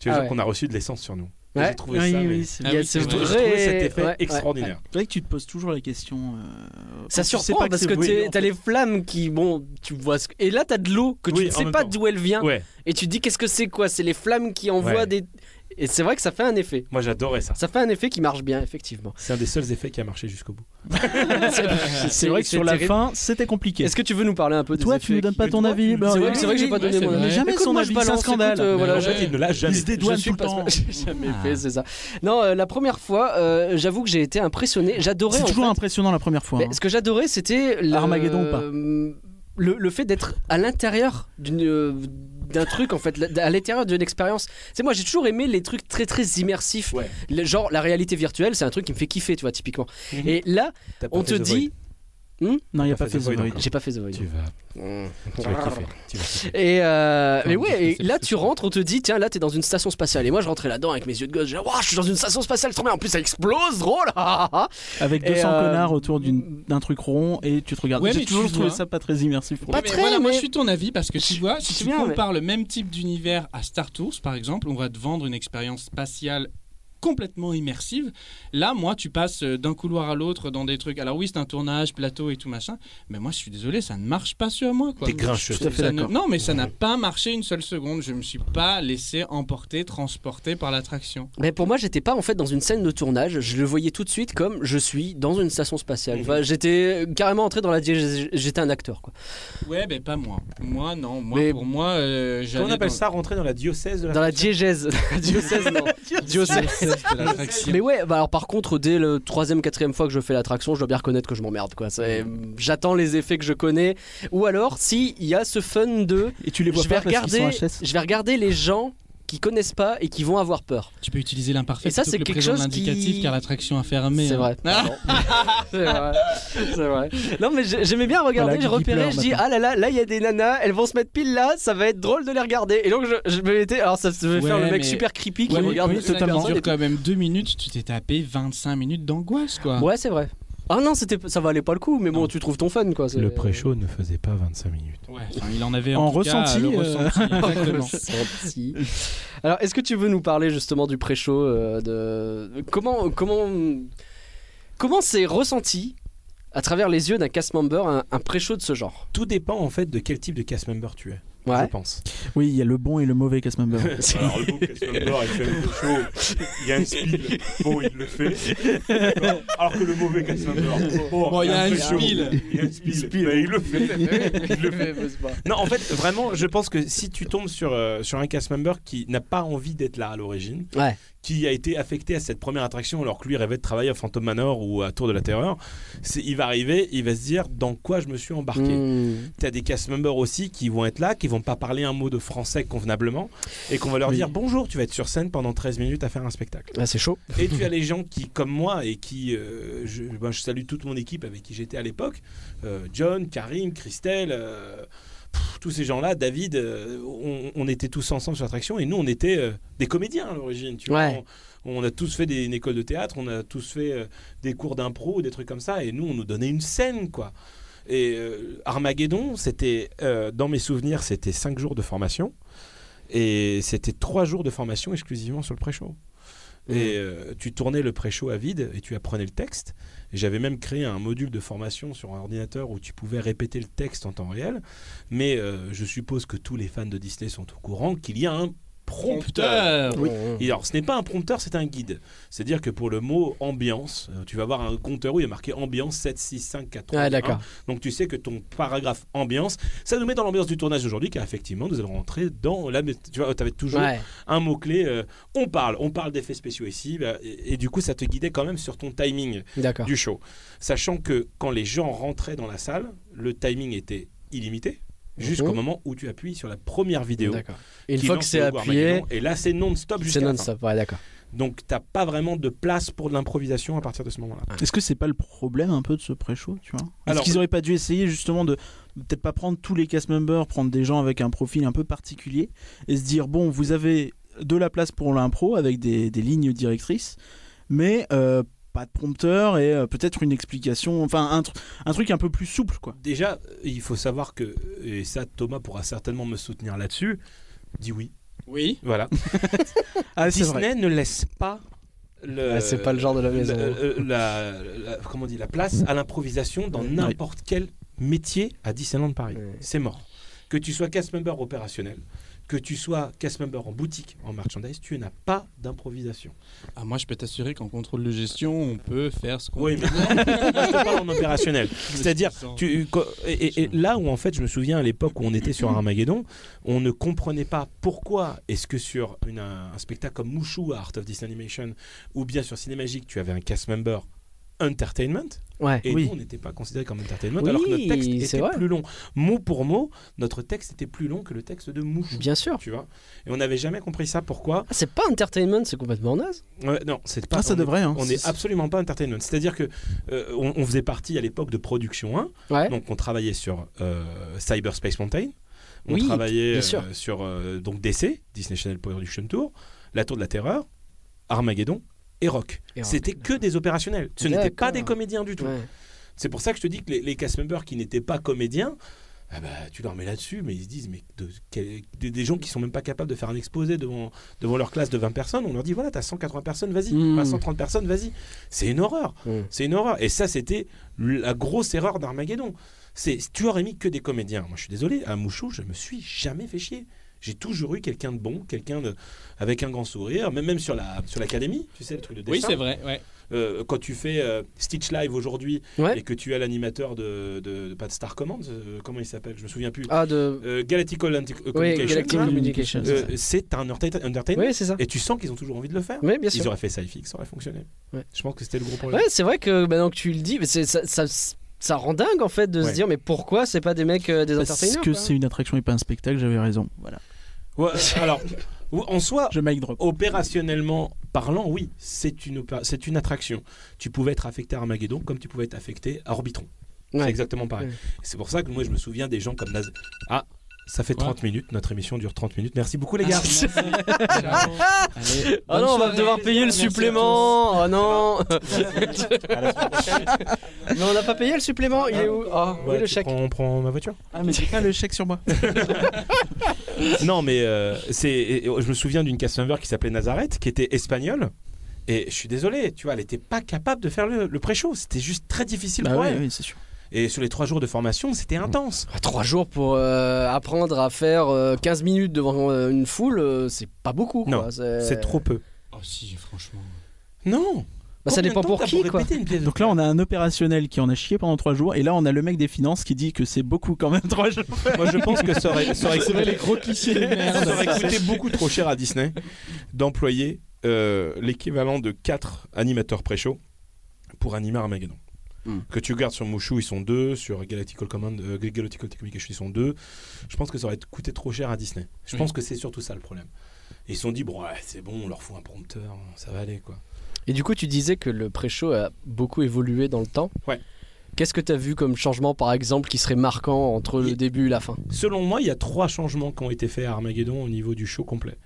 Tu vois,
Ah
genre
ouais.
qu'on a reçu de l'essence sur nous. Et
Ouais.
J'ai trouvé
Oui,
ça.
oui,
mais-
c'est
Ah
Il y a
oui,
ce
c'est vrai.
J'ai
vrai-
trouvé cet effet
ouais, Ah, ouais,
extraordinaire.
C'est vrai que tu te poses toujours la question. euh,
Ça
quand tu sais
surprend
pas
parce
c'est
que
voulu,
t'es-
en
t'as
fait.
les flammes qui, bon, tu vois. ce- Et là, t'as de l'eau que tu
Oui,
ne
en
sais
même
pas
temps.
d'où elle vient.
Ouais,
Et tu te dis, qu'est-ce que c'est quoi C'est les flammes qui envoient
Ouais.
des. Et c'est vrai que ça fait un effet.
moi j'adorais ça.
Ça fait un effet qui marche bien, effectivement.
C'est un des seuls effets qui a marché jusqu'au bout.
C'est vrai que sur la
terrible.
fin, c'était compliqué.
Est-ce que tu veux nous parler un peu des
Toi,
effets
tu nous donnes
qui-
pas ton
Toi,
avis.
tu-
bah,
C'est vrai
oui,
que c'est vrai que j'ai
oui,
pas donné
c'est
mon
vrai.
avis.
Mais jamais
Écoute,
son
moi, je
avis, c'est un
balance,
scandale.
écoute, euh, voilà,
Mais
je-
ouais.
Il ne l'a
Il
jamais
se
fait.
Je
dédouane tout
suis
le
pas-
temps. Ah.
J'ai jamais fait, c'est ça. Non, euh, la première fois, euh, j'avoue que j'ai été impressionné. J'adorais.
C'est
en
toujours
fait-
impressionnant la première fois.
Mais
hein.
ce que j'adorais, c'était le-
Armageddon ou pas
le, le fait d'être à l'intérieur d'une euh, d'un truc en fait la- à l'intérieur d'une expérience c'est moi j'ai toujours aimé les trucs très très immersifs
Ouais.
Le- genre la réalité virtuelle c'est un truc qui me fait kiffer tu vois typiquement
Mhm.
et là
T'as pas
on
fait
te
The
dit
Non, il
Ah,
n'y a
t'as
pas
bah,
fait The Void.
encore.
j'ai pas fait The Void
Void. Tu vas,
Mm.
tu vas kiffer. Tu vas kiffer.
Et euh,
Enfin,
mais
qu'est-ce
ouais,
que
et
c'est
là
que ce
tu
truc
rentres, on te dit, tiens, là t'es dans une station spatiale. Et moi je rentrais là-dedans avec mes yeux de gosse, je je suis dans une station spatiale, trop bien. En plus ça explose, drôle. ah, ah, ah.
Avec
Et,
200
euh,
connards autour d'une- d'un truc rond et tu te regardes.
Ouais, mais
J'ai
tu
toujours trouvé
vois.
ça pas très immersif. pour
Pas
le
mais
coup.
très,
voilà, moi
mais-
je suis ton avis parce que tu vois, si
Je
tu
suis bien, mais-
compares le même type d'univers à Star Tours par exemple, on va te vendre une expérience spatiale complètement immersive. Là, moi, tu passes euh, d'un couloir à l'autre dans des trucs. Alors oui, c'est un tournage, plateau et tout machin, mais moi, je suis désolé, ça ne marche pas sur moi. quoi.
T'es grincheux.
Tout à fait
Ça ne-
d'accord.
Non, mais ça n'a pas marché une seule seconde. Je me suis pas laissé emporter, transporter par l'attraction.
Mais pour moi j'étais pas en fait dans une scène de tournage, je le voyais tout de suite comme je suis dans une station spatiale.
Mhm.
Enfin, j'étais carrément entré dans la diég- j'étais un acteur quoi.
Ouais, mais pas moi. Moi, non. Moi,
Mais-
pour moi, euh, j'allais
Comment on appelle
dans-
ça rentrer dans la diocèse de la
Dans la diégèse, La diocèse non. Diocèse.
de l'attraction.
Mais ouais, bah alors par contre, dès le troisième, quatrième fois que je fais l'attraction, je dois bien reconnaître que je m'emmerde quoi. C'est-
Mhm.
J'attends les effets que je connais. Ou alors, si il y a ce fun de
Et tu les vois
je vais
pas parce qu'ils
regarder,
sont HS.
je vais regarder les gens qui connaissent pas et qui vont avoir peur.
Tu peux utiliser l'imparfait.
Et ça,
plutôt
c'est
que le
quelque
présent
chose
indicatif
qui-
car l'attraction a fermé.
c'est
hein.
vrai. pardon. c'est
Ah
vrai. C'est vrai. Non mais j'ai- j'aimais bien
Voilà,
regarder,
Guy
je repérais,
pleure
je dis
maintenant.
ah là là, là il y a des nanas, elles vont se mettre pile là, ça va être drôle de les regarder. Et donc je, je me mettais, alors ça se
Ouais,
faire le mec
mais-
super creepy qui
Ouais, mais
regarde
oui,
toutes les
totalement.
Ça
personnes et
dure quand même deux minutes, tu t'es tapé 25 minutes d'angoisse, quoi.
Ouais, c'est vrai. Ah non, c'était ça valait pas le coup, mais bon,
Non.
tu trouves ton fun quoi. c'est-
Le pré-show ne faisait pas 25 minutes.
Ouais, enfin, il en avait en,
En
tout cas,
ressenti,
le
euh,
ressenti, exactement.
Ressenti. Alors, est-ce que tu veux nous parler justement du pré-show euh, de comment comment comment c'est ressenti à travers les yeux d'un cast member un, un pré-show de ce genre
Tout dépend en fait de quel type de cast member tu es, je
Ouais.
pense.
Oui, il y a le bon et le mauvais cast member.
Alors le bouc, Casper Miller, il fait le show, il y a un spill, bon il le fait. Alors que le mauvais Casper Miller, bon,
Bon, il y a un
show,
spill.
Il y a un spill, mais il le fait. Il le fait. Non, en fait, vraiment, je pense que si tu tombes sur, euh, sur un cast member qui n'a pas envie d'être là à l'origine,
Ouais.
qui a été affecté à cette première attraction alors que lui rêvait de travailler à Phantom Manor ou à Tour de la Terreur, c'est- il va arriver, il va se dire dans quoi je me suis
Mm.
embarqué.
Mmh.
T'as des cast members aussi qui vont être là, qui vont pas parler un mot de français convenablement et qu'on va leur
Oui.
dire bonjour, tu vas être sur scène pendant 13 minutes à faire un spectacle.
Ah, c'est chaud.
Et tu as les gens qui, comme moi, et qui. euh, je, ben, je salue toute mon équipe avec qui j'étais à l'époque euh, John, Karim, Christelle. euh, pff, tous ces gens-là, David, euh, on, on était tous ensemble sur l'attraction et nous, on était euh, des comédiens à l'origine. Tu vois,
Ouais.
on, on a tous fait des, une école de théâtre, on a tous fait euh, des cours d'impro, des trucs comme ça, et nous, on nous donnait une scène, quoi. Et euh, Armageddon, c'était euh, dans mes souvenirs, c'était 5 jours de formation. Et c'était 3 jours de formation exclusivement sur le pré-show.
Mmh.
Et euh, tu tournais le pré-show à vide et tu apprenais le texte. Et j'avais même créé un module de formation sur un ordinateur où tu pouvais répéter le texte en temps réel. Mais euh, je suppose que tous les fans de Disney sont au courant qu'il y a un prompteur.
Oui.
Et alors, ce n'est pas un prompteur, c'est un guide. C'est-à-dire que pour le mot ambiance, euh, tu vas avoir un compteur où il y a marqué ambiance 7, 6, 5, 4, 3.
Ah, d'accord.
Donc tu sais que ton paragraphe ambiance, ça nous met dans l'ambiance du tournage d'aujourd'hui, car effectivement, nous allons rentrer dans la. Tu vois, tu avais toujours
Ouais.
un mot-clé. euh, on parle, on parle d'effets spéciaux ici, bah, et, et du coup, ça te guidait quand même sur ton timing
D'accord.
du show. Sachant que quand les gens rentraient dans la salle, le timing était illimité. Jusqu'au
Mhm.
moment où tu appuies sur la première vidéo.
D'accord. Et une
qui
fois que
lance
c'est
le
appuyé,
Armageddon, Et là, c'est non-stop
c'est
jusqu'à la fin.
non-stop. Ouais, d'accord.
Donc t'as pas vraiment de place pour de l'improvisation à partir de ce moment-là.
Est-ce que c'est pas le problème un peu de ce pré-show, tu vois Est-ce
Alors-
qu'ils auraient pas dû essayer justement de de peut-être pas prendre tous les cast members, prendre des gens avec un profil un peu particulier et se dire bon, vous avez de la place pour l'impro avec des, des lignes directrices, mais euh, pas de prompteur et euh, peut-être une explication, enfin un, tr- un truc un peu plus souple quoi.
Déjà, euh, il faut savoir que, et ça Thomas pourra certainement me soutenir là-dessus, dis oui.
Oui.
Voilà.
Ah c'est vrai.
Disney ne laisse pas le...
Ouais, Ah, c'est pas le genre de
Euh,
la maison.
le- le- la, la- comment on dit, la place à l'improvisation dans n'importe quel métier à Disneyland Paris.
Ouais.
C'est mort. Que tu sois cast member opérationnel, que tu sois cast member en boutique, en merchandise, tu n'as pas d'improvisation.
Ah, moi, je peux t'assurer qu'en contrôle de gestion, on peut faire ce qu'on
Oui, mais je te parle en opérationnel. C'est-à-dire, Tu- co- et, et- et là où en fait je me souviens à l'époque où on était sur Armageddon, on ne comprenait pas pourquoi est-ce que sur une- un, un spectacle comme Mouchou à Art of Disney Animation ou bien sur Cinémagique tu avais un cast member entertainment
Ouais.
et
Oui.
nous on n'était pas considéré comme entertainment
Oui,
alors que notre texte
c'est
était
vrai.
plus long mot pour mot notre texte était plus long que le texte de Mouchou
Bien sûr.
tu vois et on n'avait jamais compris ça pourquoi
Ah, c'est pas entertainment, c'est complètement naze.
Ouais, non c'est pas
Ah, ça
on est-
devrait. Hein.
on n'est absolument pas entertainment c'est-à-dire que euh, on, on faisait partie à l'époque de production 1
Ouais.
donc on travaillait sur euh, Cyberspace Mountain, on
Oui,
travaillait
bien
euh,
sûr.
sur euh, donc DC, Disney Channel Production Tour, La Tour de la Terreur, Armageddon et Rock.
Et Rock,
C'était que des opérationnels, ce n'étaient
D'accord.
pas des comédiens du tout.
Ouais.
C'est pour ça que je te dis que les, les cast members qui n'étaient pas comédiens, ah bah, tu leur mets là-dessus, mais ils se disent mais de- quel- des, des gens qui sont même pas capables de faire un exposé devant, devant leur classe de 20 personnes, on leur dit voilà, t'as 180 personnes, vas-y,
Mm.
Enfin, 130 personnes, vas-y. C'est une horreur.
Mm.
C'est une horreur. Et ça, c'était la grosse erreur d'Armageddon. C'est tu aurais mis que des comédiens. Moi, je suis désolé, à Mouchou, je me suis jamais fait chier. J'ai toujours eu quelqu'un de bon, quelqu'un de avec un grand sourire, même même sur la sur l'académie, tu sais le truc de dessin.
Oui, c'est vrai. Ouais.
Euh, quand tu fais euh, Stitch Live aujourd'hui
Ouais.
et que tu as l'animateur de, de, de- pas de Star Command, euh, comment il s'appelle, je me souviens plus.
Ah, de.
Euh, Galactical Anti- euh,
Oui,
Communication,
Galactic
là.
Communication.
Euh, c'est un entertain- entertainment.
Oui, c'est ça.
Et tu sens qu'ils ont toujours envie de le faire.
Oui, bien
Ils
sûr.
auraient fait ça fix, ça aurait fonctionné.
Ouais.
Je pense que c'était le gros problème.
Ouais, c'est vrai que maintenant que tu le dis, mais c'est- ça, ça, ça rend dingue en fait de se
Ouais.
dire, mais pourquoi c'est pas des mecs euh, des
Parce
entertainers
que
quoi.
c'est une attraction et pas un spectacle, j'avais raison. Voilà.
Ouais, euh, alors, ou- en soi,
Je mic drop.
opérationnellement parlant, oui, c'est une, opé- c'est une attraction. Tu pouvais être affecté à Armageddon comme tu pouvais être affecté à Orbitron.
Ouais.
C'est exactement pareil.
Ouais.
C'est pour ça que moi, je me souviens des gens comme Naz. Ah, ça fait
Quoi
30 minutes, notre émission dure 30 minutes. Merci beaucoup, les gars.
Ah non, on va devoir payer le supplément. Oh non. mais on n'a pas payé le supplément. Il est où Ah,
Bah,
oui, le
tu
chèque.
prends- on prend ma voiture
Ah mais j'ai pas le chèque sur moi.
Non, mais euh, c'est. et- et Je me souviens d'une cast member qui s'appelait Nazareth, qui était espagnole. Et je suis désolé, tu vois, elle n'était pas capable de faire le, le pré-show. C'était juste très difficile
Bah
pour
oui,
elle.
oui, c'est sûr.
Et sur les trois jours de formation, c'était intense.
Ah, Trois jours pour euh, apprendre à faire euh, 15 minutes devant euh, une foule, euh, c'est pas beaucoup. quoi.
Non, C'est trop peu.
Oh si, franchement.
Non
Bah, ça
Combien de
dépend
temps
pour
t'as
qui, quoi.
répéter une pièce de
Donc là, on a un opérationnel qui en a chié pendant trois jours, et là, on a le mec des finances qui dit que c'est beaucoup quand même trois jours.
théâtre Moi, je pense que ça aurait, ça aurait
C'est vrai,
coûté,
les gros clichés de
ça
merde.
aurait coûté beaucoup trop cher à Disney d'employer euh, l'équivalent de 4 animateurs pré-show pour animer Armageddon.
Hmm.
Que tu gardes sur Mouchou, ils sont deux. Sur Galactical Command, euh, Galactical Communication, ils sont deux. Je pense que ça aurait coûté trop cher à Disney. Je
Hmm.
Oui.
pense que c'est surtout ça le problème. Et ils se sont dit, bon, ouais, c'est bon, on leur fout un prompteur, ça va aller quoi.
Et du coup, tu disais que le pré-show a beaucoup évolué dans le temps.
Ouais.
Qu'est-ce que t'as vu comme changement, par exemple, qui serait marquant entre le
Il-
début et la fin
Selon moi, il y a trois changements qui ont été faits à Armageddon au niveau du show complet.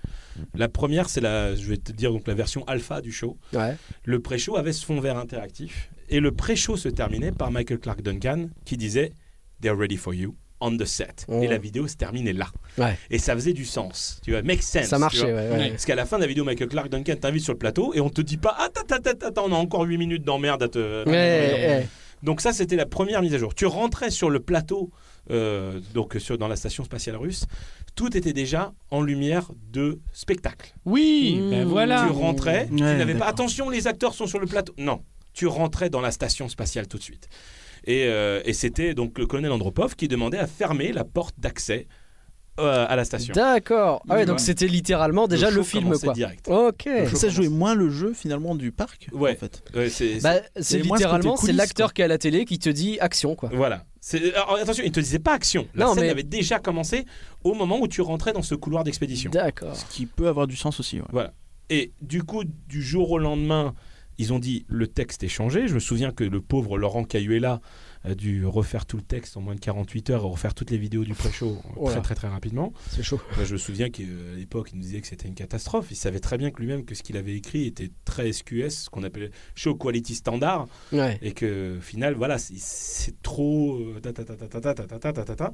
La première, c'est la, je vais te dire donc la version alpha du show.
Ouais.
Le pré-show avait ce fond vert interactif et le pré-show se terminait par Michael Clark Duncan qui disait They're ready for you on the set.
Mm.
Et la vidéo se terminait là.
Ouais.
Et ça faisait du sens. Tu vois, make sense.
Ça
tu
marchait,
vois.
ouais, ouais.
Ouais.
Parce qu'à la fin de la vidéo, Michael Clark Duncan t'invite sur le plateau et on te dit pas Ah, ta, ta, ta, ta, ta, on a encore 8 minutes d'emmerde à te.
Ouais, ouais.
Donc, ça, c'était la première mise à jour. Tu rentrais sur le plateau, euh, donc sur, dans la station spatiale russe, tout était déjà en lumière de spectacle.
Oui,
Mmh.
ben voilà.
Tu rentrais, tu
Ouais,
n'avais pas
d'accord.
attention, les acteurs sont sur le plateau. Non, tu rentrais dans la station spatiale tout de suite. Et, euh, et c'était donc le colonel Andropov qui demandait à fermer la porte d'accès euh, à la station.
D'accord. Ah ouais,
Tu
donc
vois.
c'était littéralement déjà le,
show
film,
commençait
quoi.
Direct.
Ok.
Le show
Ça jouait moins le jeu finalement du parc.
Ouais.
En fait.
Ouais, c'est-
Bah, c'est
Et moi, ce
littéralement,
côté
c'est
coulisses,
l'acteur qui est à la télé qui te dit action, quoi.
Voilà. C'est- alors, attention, il ne te disait pas action. La
Non,
scène
mais-
avait déjà commencé au moment où tu rentrais dans ce couloir d'expédition.
D'accord.
Ce qui peut avoir du sens aussi. ouais.
Et du coup, du jour au lendemain, ils ont dit le texte est changé. Je me souviens que le pauvre Laurent Cayuela a dû refaire tout le texte en moins de 48 heures et refaire toutes les vidéos du pré-show euh,
Oh là.
très très très rapidement.
C'est chaud.
Moi, je me souviens qu'à l'époque, il nous disait que c'était une catastrophe. Il savait très bien que lui-même que ce qu'il avait écrit était très SQS, ce qu'on appelle show quality standard.
Ouais.
et que au final voilà c'est- c'est trop euh, ta, ta, ta, ta, ta, ta, ta, ta, ta, ta, ta, ta.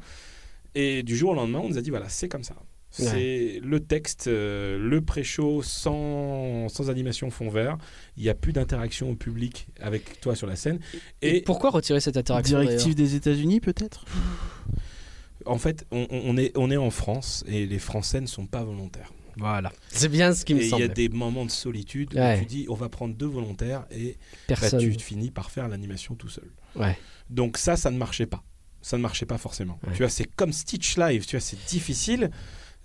et du jour au lendemain on nous a dit voilà c'est comme ça c'est le texte euh, le pré-show sans, sans animation fond vert il n'y a plus d'interaction au public avec toi sur la scène
Et,
et,
pourquoi retirer cette interaction
Directive des États-Unis peut-être.
en fait on, on- on est, on est en France et les Français ne sont pas volontaires
Voilà. C'est bien ce qui me
et il y a
semble.
des moments de solitude
Ouais.
où tu dis on va prendre deux volontaires et bah,
Personne.
tu finis par faire l'animation tout seul
Ouais.
Donc ça, ça ne marchait pas. Ça ne marchait pas forcément.
Ouais.
Tu vois, c'est comme Stitch Live. Tu vois, c'est difficile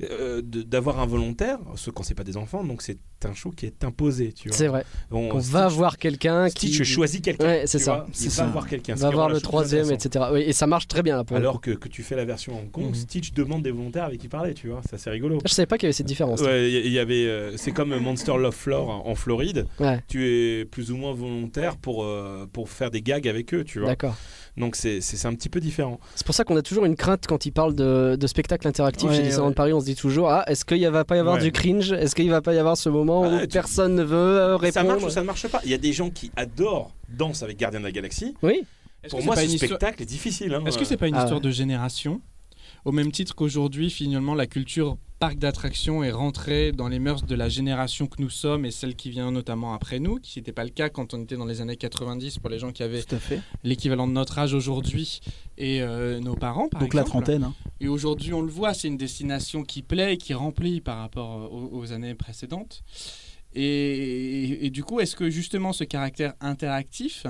euh, de- d'avoir un volontaire, ce quand c'est pas des enfants. Donc c'est un show qui est imposé. Tu vois.
C'est vrai.
On,
On va voir quelqu'un qui.
Stitch choisit quelqu'un.
Ouais, c'est
tu
ça.
vois.
C'est
Il
ça.
va voir quelqu'un. ce
va
qui
voir
rend
le
la chose
troisième,
intéressante.
etc. Oui, et ça marche très bien là pour le coup.
Alors que, que tu fais la version à Hong Kong,
Mhm.
Stitch demande des volontaires avec qui parler. Tu vois, ça c'est rigolo.
Ah, Je savais pas qu'il y avait cette différence.
Ouais, il y- il y avait, euh, c'est comme Monster Love Floor en en Floride.
Ouais,
Tu es plus ou moins volontaire pour euh, pour faire des gags avec eux. Tu vois.
d'accord.
Donc c'est c'est- c'est un petit peu différent.
C'est pour ça qu'on a toujours une crainte quand ils parlent de, de spectacle interactif
Ouais,
chez Disneyland
ouais.
Paris. On se dit toujours ah, est-ce qu'il y va pas y avoir
Ouais.
du cringe Est-ce qu'il va pas y avoir ce moment
Ah,
où
tu-
personne ne veut euh, répondre
Ça marche ou ça ne marche pas. Il y a des gens qui adorent Danse avec Gardien de la Galaxie.
Oui.
Est-ce
Pour
que
moi,
c'est
ce
pas une histoire-
spectacle est difficile. hein.
Est-ce que c'est pas une
Ah
histoire
ouais.
de génération Au même titre qu'aujourd'hui, finalement, la culture parc d'attractions est rentrée dans les mœurs de la génération que nous sommes et celle qui vient notamment après nous, qui n'était pas le cas quand on était dans les années 90 pour les gens qui avaient
Tout à fait.
l'équivalent de notre âge aujourd'hui et euh, nos parents, par
Donc la
exemple.
trentaine. hein.
Et aujourd'hui, on le voit, c'est une destination qui plaît et qui remplit par rapport euh, aux, aux années précédentes. Et, et- et du coup, est-ce que justement ce caractère interactif,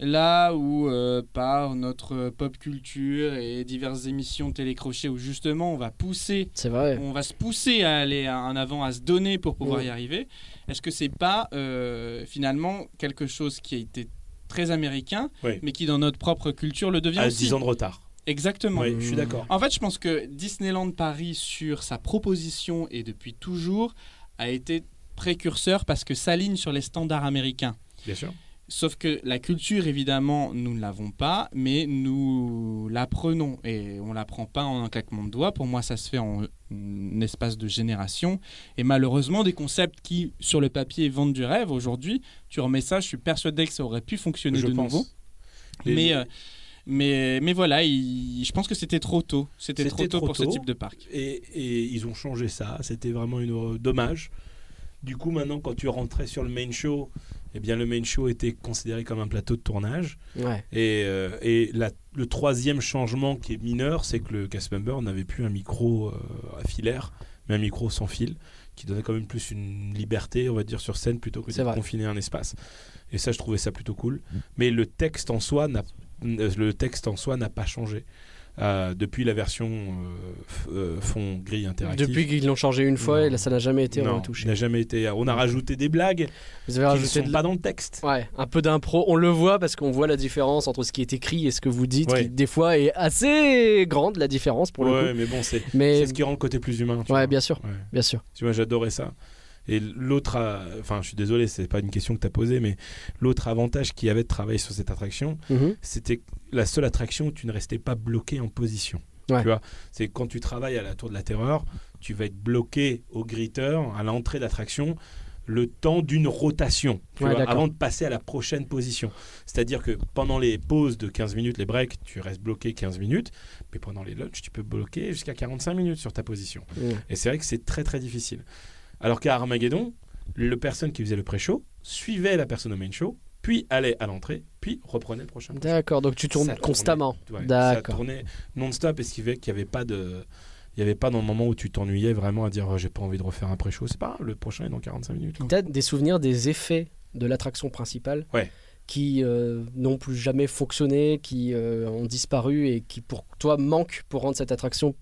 là où euh, par notre pop culture et diverses émissions télécrochées où justement on va pousser,
C'est vrai.
on va se pousser à aller à- en avant, à se donner pour pouvoir
Ouais.
y arriver, est-ce que c'est pas euh, finalement quelque chose qui a été très américain,
Oui.
mais qui dans notre propre culture le devient
à
aussi
10 ans de retard
Exactement.
Oui, je suis d'accord.
En fait, je pense que Disneyland Paris, sur sa proposition et depuis toujours, a été précurseur parce que s'aligne sur les standards américains.
Bien sûr.
Sauf que la culture, évidemment, nous ne l'avons pas, mais nous l'apprenons. Et on ne l'apprend pas en un claquement de doigts. Pour moi, ça se fait en un espace de génération. Et malheureusement, des concepts qui, sur le papier, vendent du rêve, aujourd'hui, tu remets ça, je suis persuadé que ça aurait pu fonctionner
je
de
pense.
nouveau.
Les-
Mais, euh, mais, mais voilà, il- je pense que c'était trop tôt. C'était trop
C'était
tôt
trop
pour ce
tôt.
type de parc.
et, et ils ont changé ça. C'était vraiment une heure- dommage. Du coup, maintenant, quand tu rentrais sur le main show, eh bien, le main show était considéré comme un plateau de tournage.
Ouais.
Et, euh, et la- le troisième changement qui est mineur, c'est que le cast member n'avait plus un micro euh, à filaire, mais un micro sans fil, qui donnait quand même plus une liberté, on va dire, sur scène plutôt que
C'est
de
vrai. Mm.
confiner un espace. Et ça, je trouvais ça plutôt cool. Mais le texte en soi n'a euh, le texte en soi n'a pas changé Euh, depuis la version euh, f- euh, fond gris interactif.
Depuis qu'ils l'ont changé une fois,
Non.
et là, ça n'a jamais été
non, il
retouché.
n'a jamais été. On a rajouté des blagues
Vous
qui
avez
ne
rajouté
sont
de la-
pas dans le texte.
Ouais, un peu d'impro, on le voit parce qu'on voit la différence entre ce qui est écrit et ce que vous dites,
Ouais.
qui des fois est assez grande la différence pour le
Ouais,
coup.
mais bon, c'est
Mais
c'est ce qui rend le côté plus humain. tu vois.
ouais, bien sûr,
Ouais.
bien sûr.
Tu vois, j'adorais ça. Et l'autre, euh, enfin, je suis désolé, c'est pas une question que tu as posée, mais l'autre avantage qu'il y avait de travailler sur cette attraction,
Mhm.
c'était la seule attraction où tu ne restais pas bloqué en position.
Ouais.
Tu vois, c'est quand tu travailles à la Tour de la Terreur, tu vas être bloqué au gritter à l'entrée d'attraction le temps d'une rotation tu
Ouais,
vois,
d'accord.
avant de passer à la prochaine position. C'est-à-dire que pendant les pauses de 15 minutes, les breaks, tu restes bloqué 15 minutes, mais pendant les lunchs, tu peux bloquer jusqu'à 45 minutes sur ta position.
Ouais.
Et c'est vrai que c'est très très difficile. Alors qu'à Armageddon, le personne qui faisait le pré-show suivait la personne au main show, puis allait à l'entrée, puis reprenait le prochain. pré-show.
D'accord, donc tu tournes
Ça tournait.
constamment.
Ouais, ça
D'accord.
tournait non-stop et ce qui fait qu'il n'y avait pas de. Il n'y avait pas dans le moment où tu t'ennuyais vraiment à dire oh, j'ai pas envie de refaire un pré-show, c'est pas grave, le prochain est dans 45 minutes.
T'as des souvenirs des effets de l'attraction principale
Ouais.
qui euh, n'ont plus jamais fonctionné, qui euh, ont disparu et qui pour toi manquent pour rendre cette attraction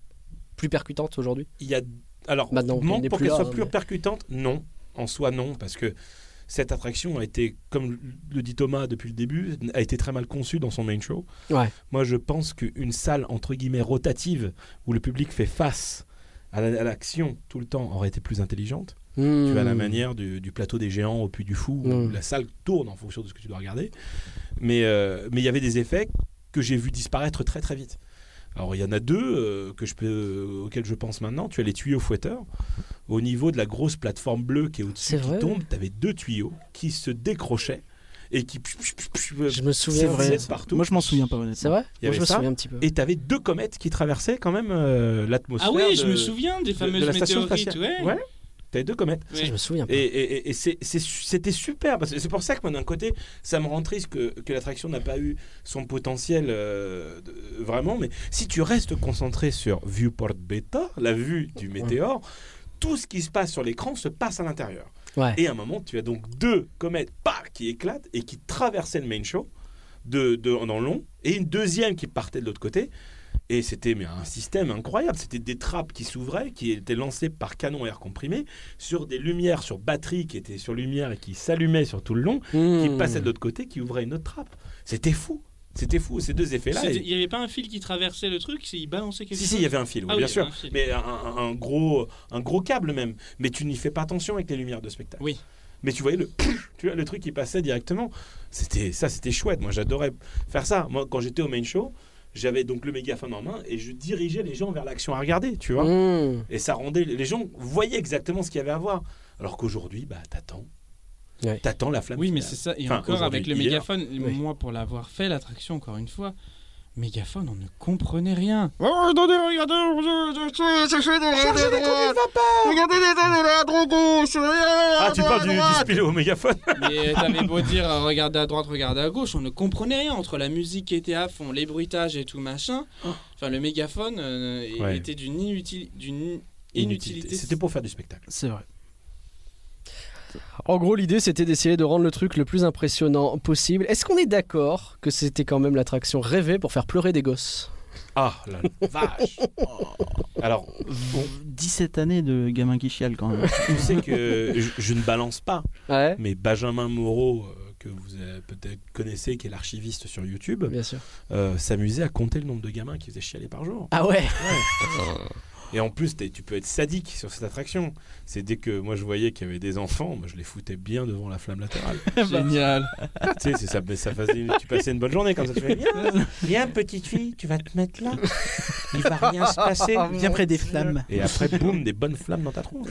plus percutante aujourd'hui
Il y a alors
Maintenant, on
manque
n'est
pour
plus
qu'elle
là,
soit
hein,
plus
mais-
percutante, non, en soi non, parce que cette attraction a été, comme le dit Thomas depuis le début, a été très mal conçue dans son main show.
Ouais.
Moi, je pense qu'une salle entre guillemets rotative où le public fait face à la- à l'action tout le temps aurait été plus intelligente. Tu
Hmm.
as la manière du, du plateau des géants au Puy du Fou, où
Mm.
la salle tourne en fonction de ce que tu dois regarder. Mais euh, mais il y avait des effets que j'ai vu disparaître très très vite. Alors il y en a deux euh, que je peux, auxquels je pense maintenant. Tu as les tuyaux fouetteurs. Au niveau de la grosse plateforme bleue qui est au-dessus,
C'est
qui
vrai.
tombe, tu avais deux tuyaux qui se décrochaient et qui pch, pch, pch, pch, euh,
Je me souviens.
vrai.
de
disaient
ça.
partout.
Moi, je m'en souviens pas, honnêtement.
C'est vrai
Il y
Moi,
avait
je me
ça.
souviens un petit peu.
Et tu avais deux comètes qui traversaient quand même euh, l'atmosphère.
Ah oui,
de,
je me souviens des
de- de
fameuses
la station
météorites.
spatiale.
Ouais.
Ouais. T'avais deux comètes.
Ça, je me souviens pas.
Et, et- et c'est- c'est- c'était super. parce que C'est pour ça que moi, d'un côté, ça me rend triste que, que l'attraction n'a pas eu son potentiel euh, de- vraiment. Mais si tu restes concentré sur Viewport Beta, la vue du météore, tout ce qui se passe sur l'écran se passe à l'intérieur.
Ouais.
Et à un moment, tu as donc deux comètes paf, qui éclatent et qui traversaient le main show de, de- dans le long, et une deuxième qui partait de l'autre côté. Et c'était mais un système incroyable. C'était des trappes qui s'ouvraient, qui étaient lancées par canon à air comprimé sur des lumières, sur batterie qui étaient sur lumière et qui s'allumaient sur tout le long, qui
Hmm.
passaient de l'autre côté, qui ouvraient une autre trappe. C'était fou. C'était fou. Ces deux effets-là.
C'était-
et-
Il n'y avait pas un fil qui traversait le truc, c'est- il balançait quelque
si, si,
chose.
il y avait un fil, oui,
Ah oui,
bien
il y
sûr.
avait un fil.
Mais un, un- un gros, un gros câble même. Mais tu n'y fais pas attention avec les lumières de spectacle.
Oui.
Mais tu voyais le, tu vois, le truc qui passait directement. C'était ça, c'était chouette. Moi, j'adorais faire ça. Moi, quand j'étais au main show, j'avais donc le mégaphone en main et je dirigeais les gens vers l'action à regarder, tu
Mm.
vois.
Hmm.
Et ça rendait les gens voyaient exactement ce qu'il y avait à voir. Alors qu'aujourd'hui, bah, t'attends,
Ouais.
t'attends la flamme.
Oui, mais c'est
finale.
ça. Et
Enfin,
encore avec
aujourd'hui,
le
hier.
mégaphone,
Oui.
moi pour l'avoir fait, l'attraction, encore une fois, mégaphone, on ne comprenait rien. Oh, attendez, regardez,
Cherchez les conduits de vapeur Regardez les données là, trop gauche
Ah, tu parles du, du spilé au mégaphone.
Mais t'avais beau dire euh, regardez à droite, regardez à gauche, on ne comprenait rien entre la musique qui était à fond, les bruitages et tout machin. Enfin, le mégaphone euh, est-
Oh. Ouais.
était d'une inutile, d'une inutilité.
C'était pour faire du spectacle.
C'est vrai.
En gros, l'idée c'était d'essayer de rendre le truc le plus impressionnant possible. Est-ce qu'on est d'accord que c'était quand même l'attraction rêvée pour faire pleurer des gosses
Ah, la vache.
Oh.
Alors, on-
17 années de gamin qui chiale quand même.
tu sais que je, je ne balance pas,
Ouais,
mais Benjamin Moreau, euh, que vous euh, peut-être connaissez, qui est l'archiviste sur YouTube,
bien sûr.
euh, s'amusait à compter le nombre de gamins qui faisaient chialer par jour.
Ah ouais
Et en plus, t'es- tu peux être sadique sur cette attraction. C'est dès que moi je voyais qu'il y avait des enfants, moi je les foutais bien devant la flamme latérale.
Génial.
tu sais, c'est ça, mais ça faisait une- tu passais une bonne journée comme ça. Tu fais, viens, viens, petite fille, tu vas te mettre là. Il va rien se passer.
Bien Oh, près des flammes.
Et après, boum, des bonnes flammes dans ta tronche.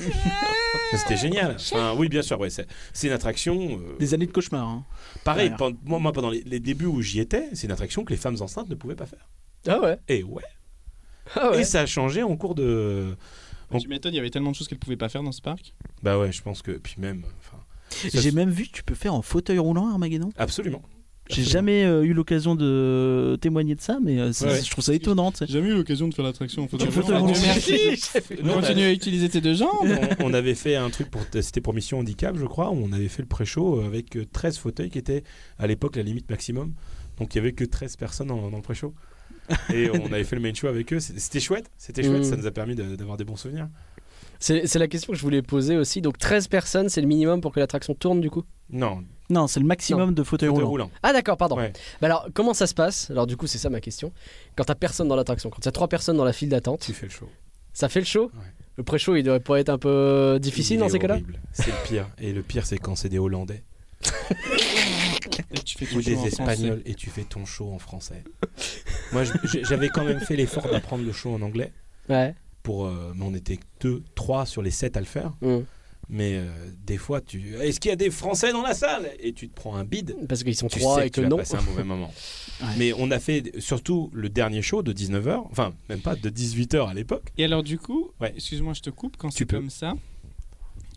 C'était génial. Enfin, oui, bien sûr, ouais, c'est c'est une attraction. euh,
Des années de cauchemar. hein.
Pareil,
Derrière.
pendant- moi, moi, pendant les, les débuts où j'y étais, c'est une attraction que les femmes enceintes ne pouvaient pas faire.
Ah ouais,
Et ouais.
ah
Et
ouais.
ça a changé en cours de.
Tu m'étonnes, il y avait tellement de choses qu'elle pouvait pas faire dans ce parc.
Bah ouais, je pense que. Puis même. enfin, ça-
J'ai même vu, tu peux faire en fauteuil roulant Armageddon.
Absolument.
J'ai
Absolument.
jamais euh, eu l'occasion de témoigner de ça, mais euh, c'est-
Ouais.
je trouve ça étonnant. tu sais.
J'ai jamais eu l'occasion de faire l'attraction en fauteuil
Tu peux te rendre-
Nous, on,
Continue à utiliser tes deux jambes.
avait- on- on avait fait un truc pour. C'était pour Mission Handicap, je crois. où On avait fait le pré-show avec euh, 13 fauteuils qui étaient à l'époque la limite maximum. Donc il y avait que 13 personnes dans, dans le pré-show. Et on avait fait le main show avec eux. C'était c'était chouette. C'était chouette.
Mm.
Ça nous a permis de- d'avoir des bons souvenirs.
C'est c'est la question que je voulais poser aussi. Donc 13 personnes, c'est le minimum pour que l'attraction tourne du coup
Non,
Non, c'est le maximum de fauteuil
fauteuil
roulant.
roulant.
Ah d'accord, pardon.
Ouais.
Bah alors, comment ça se passe Alors du coup, c'est ça ma question. Quand t'as personne dans l'attraction, quand t'as trois personnes dans la file d'attente,
Tu fais le show.
ça fait le show
Ouais.
Le pré-show, il devrait pas être un peu difficile
Il
dans
est
ces cas-là
horrible. C'est le pire. Et le pire, c'est quand c'est des Hollandais
Et tu fais ton
ou
show
des
en français.
Espagnols et tu fais ton show en français. Moi, je- je- j'avais quand même fait l'effort d'apprendre le show en anglais.
Ouais.
Pour, euh, mais on était que deux, trois sur les sept à le faire.
Mm.
Mais euh, des fois, tu. Est-ce qu'il y a des Français dans la salle Et tu te prends un bide.
Parce qu'ils sont
Tu
trois
sais
et
que
que
tu vas
non.
passer un mauvais moment. Mais on a fait surtout le dernier show de 19h, enfin même pas de 18h à l'époque.
Et alors, du coup,
Ouais.
excuse-moi, je te coupe, quand
Tu
c'est
peux.
comme ça,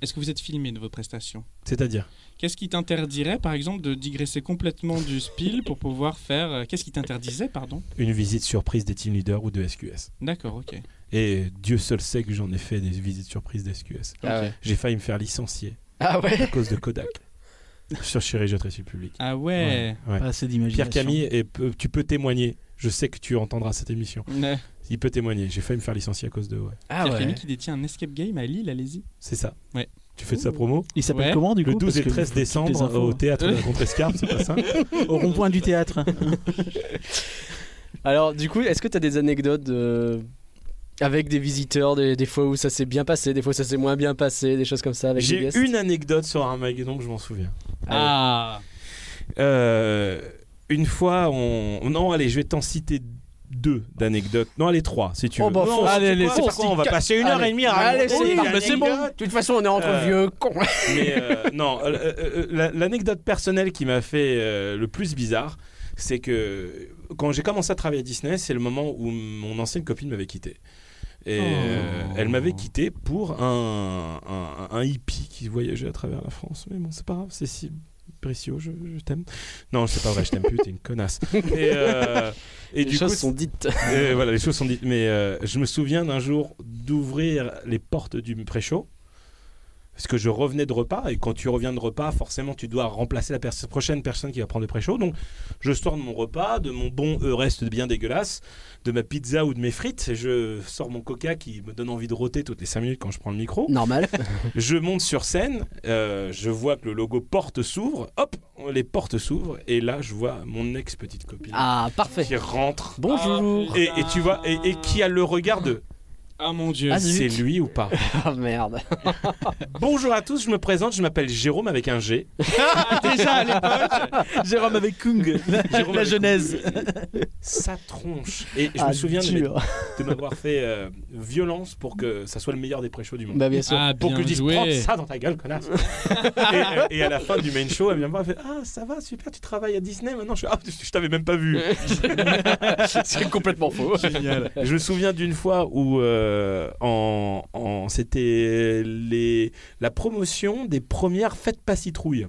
est-ce que vous êtes filmé de vos prestations
C'est-à-dire
Qu'est-ce qui t'interdirait, par exemple, de digresser complètement du spiel pour pouvoir faire. euh, Qu'est-ce qui t'interdisait, pardon
une visite surprise des team leaders ou de SQS.
D'accord, ok.
Et Dieu seul sait que j'en ai fait des visites surprises des SQS.
Ah ouais.
J'ai failli me faire licencier
Ah ouais
à cause de Kodak sur Chirurgie Tracy Public.
Ah ouais,
Ouais.
Pas assez d'imagination.
Pierre Camille, et peu- tu peux témoigner. Je sais que tu entendras cette émission.
Ouais.
Il peut témoigner. J'ai failli me faire licencier à cause de. Ouais.
Ah
Pierre
ouais.
Camille Euh, qui détient un escape game à Lille, allez-y.
C'est ça.
Ouais.
Tu fais de sa promo
Il s'appelle
Ouais.
comment du coup
Le 12
Parce
et
que
13
toutes les
décembre euh,
infos,
au théâtre de la Contrescarpe, c'est pas ça
au rond-point du théâtre.
Alors du coup, est-ce que t'as des anecdotes euh, avec des visiteurs, des, des fois où ça s'est bien passé, des fois où ça s'est moins bien passé, des choses comme ça avec des
J'ai
guests
une anecdote sur Armageddon que je m'en souviens.
Ah
Euh, une fois, on. Non, allez, je vais t'en citer deux d'anecdotes. Non, allez, trois, si tu veux.
Oh bah,
Non,
fonce,
c'est
allez, allez,
quoi
c'est
On-
parti.
On va passer une heure et demie à
Allez,
raconter
c'est
une
parti, c'est bon.
anecdote.
De toute façon, on est entre
Euh,
vieux cons.
Mais euh, non, euh, euh, euh, la- l'anecdote personnelle qui m'a fait euh, le plus bizarre, c'est que quand j'ai commencé à travailler à Disney, c'est le moment où mon ancienne copine m'avait quitté. Et
Oh.
euh, elle m'avait quitté pour un, un, un hippie qui voyageait à travers la France. Mais bon, c'est pas grave, c'est si. Précieux, je, je t'aime. Non, c'est pas vrai, je t'aime plus, t'es une connasse. Et, euh, et
les
du
choses
coup,
sont dites.
euh, voilà, les choses sont dites. Mais euh, je me souviens d'un jour d'ouvrir les portes du pré-show. Parce que je revenais de repas, et quand tu reviens de repas, forcément, tu dois remplacer la pers- prochaine personne qui va prendre le pré-show. Donc, je sors de mon repas, de mon bon e reste bien dégueulasse, de ma pizza ou de mes frites, et je sors mon coca qui me donne envie de rôter toutes les 5 minutes quand je prends le micro.
Normal.
Je monte sur scène, euh, je vois que le logo porte s'ouvre, hop, les portes s'ouvrent, et là, je vois mon ex-petite copine
Ah, parfait.
qui rentre
Bonjour.
Ah, et, et tu vois, et, et qui a le regard de
Ah mon dieu
Ah,
c'est
zut.
lui ou pas
Ah merde.
Bonjour à tous, je me présente, je m'appelle Jérôme avec un G.
Déjà à l'époque
Jérôme avec Kung, la,
Jérôme
la
avec-
Genèse.
Sa tronche. Et je
Ah,
me souviens de,
dur.
de m'avoir fait euh, violence pour que ça soit le meilleur des pré-shows du monde.
Bah bien sûr.
Ah
pour que
bien
je dise, prends
joué
ça dans ta gueule, connasse. et, et à la fin du main show, elle vient me voir, elle fait Ah, ça va, super, tu travailles à Disney maintenant. Je fais, Ah, je t'avais même pas vu. Ah.
C'est complètement faux.
Génial
Je me souviens d'une fois où euh, en, en- c'était les, la promotion des premières fêtes pas citrouille.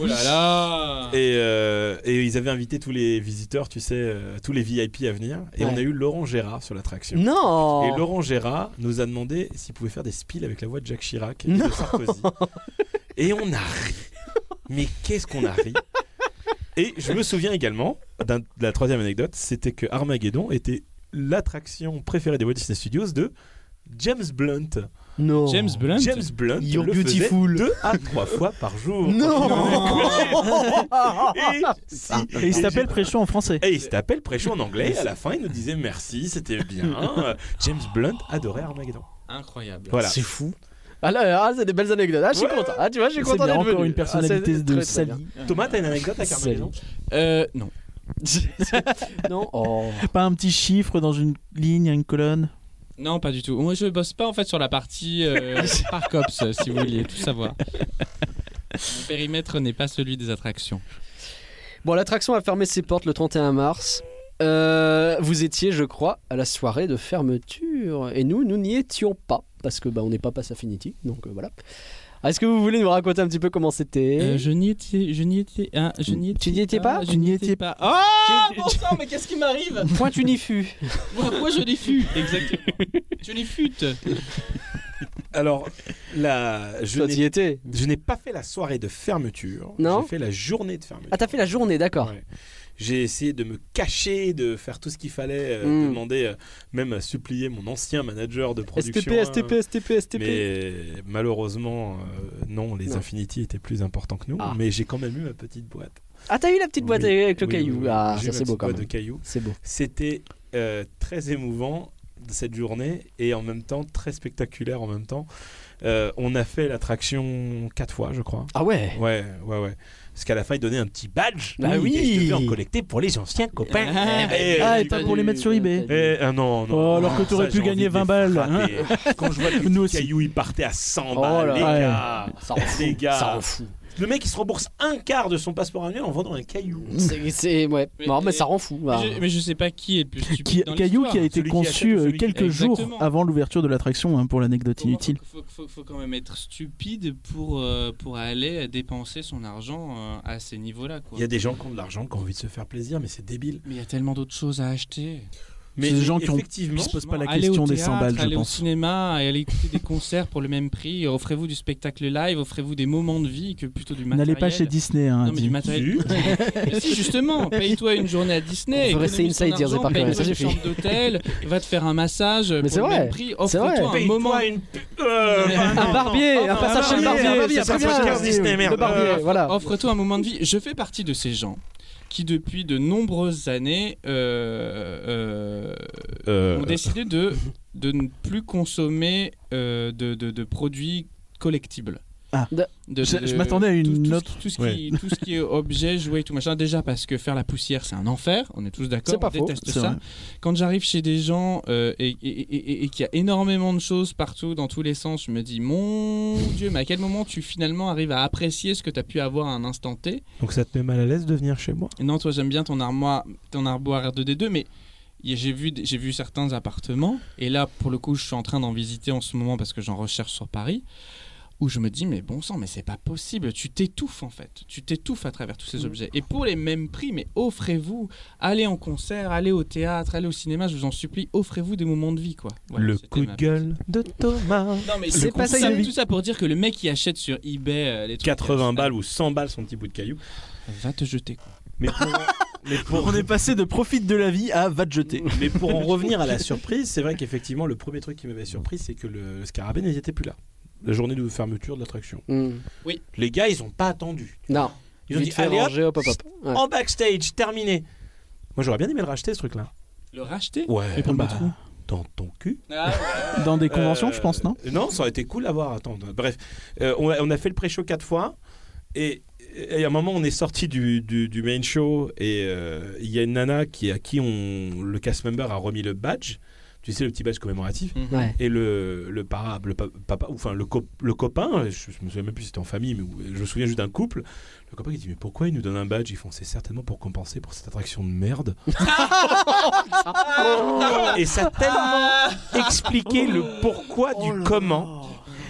Oh là là
Et, euh, et ils avaient invité tous les visiteurs, tu sais, euh, tous les VIP à venir. Et
Ouais.
on a eu Laurent Gérard sur l'attraction.
Non.
Et Laurent Gérard nous a demandé s'il pouvait faire des spills avec la voix de Jacques Chirac et
Non.
de Sarkozy. Et on a ri. Mais qu'est-ce qu'on a ri Et je me souviens également d'un- de la troisième anecdote, c'était que Armageddon était l'attraction préférée des Walt Disney Studios de James Blunt.
Non.
James Blunt
James Blunt
You're
le faisait
beautiful.
deux à trois fois par jour.
Non. Ah,
Et si-
Et il s'appelle Préchaud en français.
et il s'appelle Préchaud en anglais. À la fin, il nous disait merci, c'était bien. Euh, James Blunt adorait Armageddon.
Incroyable
Voilà.
C'est fou. Ah là, ah, c'est des belles anecdotes. Ah, je suis
Ouais.
content. Ah, tu vois, je suis
C'est
content
bien
d'être
encore
venu.
une
Ah, c'est
personnalité de
très, très bien.
Sally.
Thomas, t'as une anecdote avec
Salut.
Armageddon
Euh, non.
non. Oh.
Pas un petit chiffre dans une ligne, une colonne.
Non, pas du tout. Moi, je bosse pas en fait sur la partie euh, Parc Ops, euh, si vous vouliez tout savoir. Mon périmètre n'est pas celui des attractions.
Bon, l'attraction a fermé ses portes le 31 mars. Euh, vous étiez, je crois, à la soirée de fermeture. Et nous, nous n'y étions pas. Parce que bah, on n'est pas pass Affinity. Donc euh, voilà. Est-ce que vous voulez nous raconter un petit peu comment c'était
Euh, je n'y étais, je n'y étais, ah, je n'y étais,
Tu n'y étais pas
je
Tu n'y
n'y
étais
étais pas. Oh,
Tu-
bon sang, mais qu'est-ce qui m'arrive
Point unifu.
Oh Moi, moi, je les fute, exactement. Je les fute.
Alors, la... je
Toi, t'y
n'ai-
étais.
je n'ai pas fait la soirée de fermeture.
Non.
J'ai fait la journée de fermeture.
Ah, t'as fait la journée, d'accord.
Ouais. J'ai essayé de me cacher, de faire tout ce qu'il fallait, euh,
Mm.
demander, euh, même à supplier mon ancien manager de production.
STP,
hein.
STP, STP, STP.
Mais malheureusement, euh, non, les
Non.
Infinity étaient plus importants que nous.
Ah.
Mais j'ai quand même eu ma petite boîte.
Ah, t'as eu la petite boîte
Oui,
avec le
oui,
caillou.
oui, oui.
Ah,
J'ai eu
ça
ma
c'est beau
petite
quand
boîte de
même.
cailloux.
C'est beau.
C'était euh, très émouvant. de cette journée et en même temps très spectaculaire en même temps. Euh, on a fait l'attraction quatre fois, je crois.
Ah ouais
Ouais, ouais, ouais. Parce qu'à la fin, ils donnaient un petit badge.
Bah oui.
Et Je devais en collecter pour les anciens copains.
Ah,
ben,
Eh, eh,
Ah, et
du-
pas pour les mettre sur eBay.
eh, ah non, non.
Oh, alors
non,
que t'aurais
ça,
pu
j'ai
gagner
envie de les
20 balles, hein.
frapper. Quand je vois que
Nous
le
aussi.
petit caillou, il partait à 100
Oh
balles,
là
les
là.
gars.
Ça rend fou.
Eh, Les gars.
Ça rend fou.
Le mec, il se rembourse un quart de son passeport annuel en vendant un caillou.
Mm.
C'est, c'est- ouais.
Mais-
non, mais ça rend fou. bah.
Mais je, mais je sais pas qui est le plus stupide.
Qui,
dans
caillou
l'histoire.
qui a été
Celui qui
conçu
achète,
euh,
celui qui-
quelques jours
Exactement.
avant l'ouverture de l'attraction, hein, pour l'anecdote
Faut-
inutile.
Faut, faut, faut quand même être stupide pour, euh, pour aller dépenser son argent euh, à ces niveaux-là. quoi.
Il y a des gens qui ont de l'argent, qui ont envie de se faire plaisir, mais c'est débile.
Mais il y a tellement d'autres choses à acheter.
Mais
C'est des gens qui ont-
effectivement,
Ils se posent pas la
Allez
question
au
des
théâtre,
100 balles,
allez
je
au
pense.
cinéma, et allez écouter des concerts pour le même prix. Offrez-vous du spectacle live, offrez-vous des moments de vie que plutôt du matériel.
N'allez pas chez Disney, hein,
Non, mais du
dis.
matériel. Mais si, justement, paye-toi une journée à Disney.
On veut rester
économise ton
inside, dire,
argent,
c'est pas
paye-toi
correct, ça
une
suffit.
chambre d'hôtel, va te faire un massage pour
c'est
le
vrai,
même prix.
c'est
Offre-toi
vrai.
un
Paye-toi
moment.
une pu- euh, bah, non,
Un
non.
barbier, un
non,
passage chez le
barbier,
barbier,
ça
c'est
sera
bien.
podcast Disney, merde.
Le barbier,
Euh,
voilà.
Offre-toi un moment de vie. Je fais partie de ces gens qui, depuis de nombreuses années, euh, euh, ont décidé de, de ne plus consommer euh, de, de- de produits collectibles.
Ah.
De- de-
Je- je
de-
m'attendais à une
tout- tout ce-
autre-
Tout ce, qui, tout ce qui est objet, jouet, et tout machin. Déjà parce que faire la poussière, c'est un enfer. On est tous d'accord.
C'est pas
on
faux,
déteste
c'est
ça.
vrai.
Quand j'arrive chez des gens euh, et, et- et- et- et qu'il y a énormément de choses partout, dans tous les sens, je me dis Mon Dieu, mais à quel moment tu finalement arrives à apprécier ce que tu as pu avoir à un instant T
Donc ça te met mal à l'aise de venir chez moi
non, toi, j'aime bien ton armoire, ton armoire R2D2, mais y- j'ai vu, des- j'ai vu certains appartements. Et là, pour le coup, je suis en train d'en visiter en ce moment parce que j'en recherche sur Paris. Où je me dis, mais bon sang, mais c'est pas possible. Tu t'étouffes en fait. Tu t'étouffes à travers tous ces objets. Et pour les mêmes prix, mais offrez-vous. Allez en concert, allez au théâtre, allez au cinéma, je vous en supplie, offrez-vous des moments de vie quoi. Voilà,
Le
c'était
coup de
ma-
gueule de Thomas.
Non, mais
C'est
c'est
pas
pas
ça, il a vu.
Tout ça pour dire que le mec qui achète sur eBay euh, les trucs.
80 balles ou 100 balles son petit bout de caillou.
Va te jeter quoi.
Mais pour, mais pour-
On est passé de profite de la vie à va te jeter.
mais pour en revenir à la surprise, c'est vrai qu'effectivement, le premier truc qui m'avait surpris, c'est que le scarabée n'était plus là. La journée de fermeture de l'attraction.
Hmm.
Les gars, ils ont pas attendu.
Non.
Ils ont
Vite
dit,
fait
allez hop,
ranger, hop, hop, hop. Ouais.
en backstage, terminé. Moi, j'aurais bien aimé le racheter, ce truc-là.
Le racheter
Ouais.
Bah, euh,
Dans ton cul.
Ah,
Dans des conventions, je pense, non
Euh, Non, ça aurait été cool à voir. Attends, euh, bref, Euh, on, a, on a fait le pré-show quatre fois. Et, et à un moment, on est sorti du, du- du main show et euh, il y a une nana qui, à qui on, le cast member a remis le badge. Tu sais, le petit badge commémoratif.
mhm.
Ouais.
Et le, le, para- le pa- papa, ou enfin le, co- le copain, je, je me souviens même plus si c'était en famille, mais où- je me souviens juste d'un couple. Le copain qui dit Mais pourquoi ils nous donnent un badge Ils font C'est certainement pour compenser pour cette attraction de merde. et ça a tellement expliqué le pourquoi du comment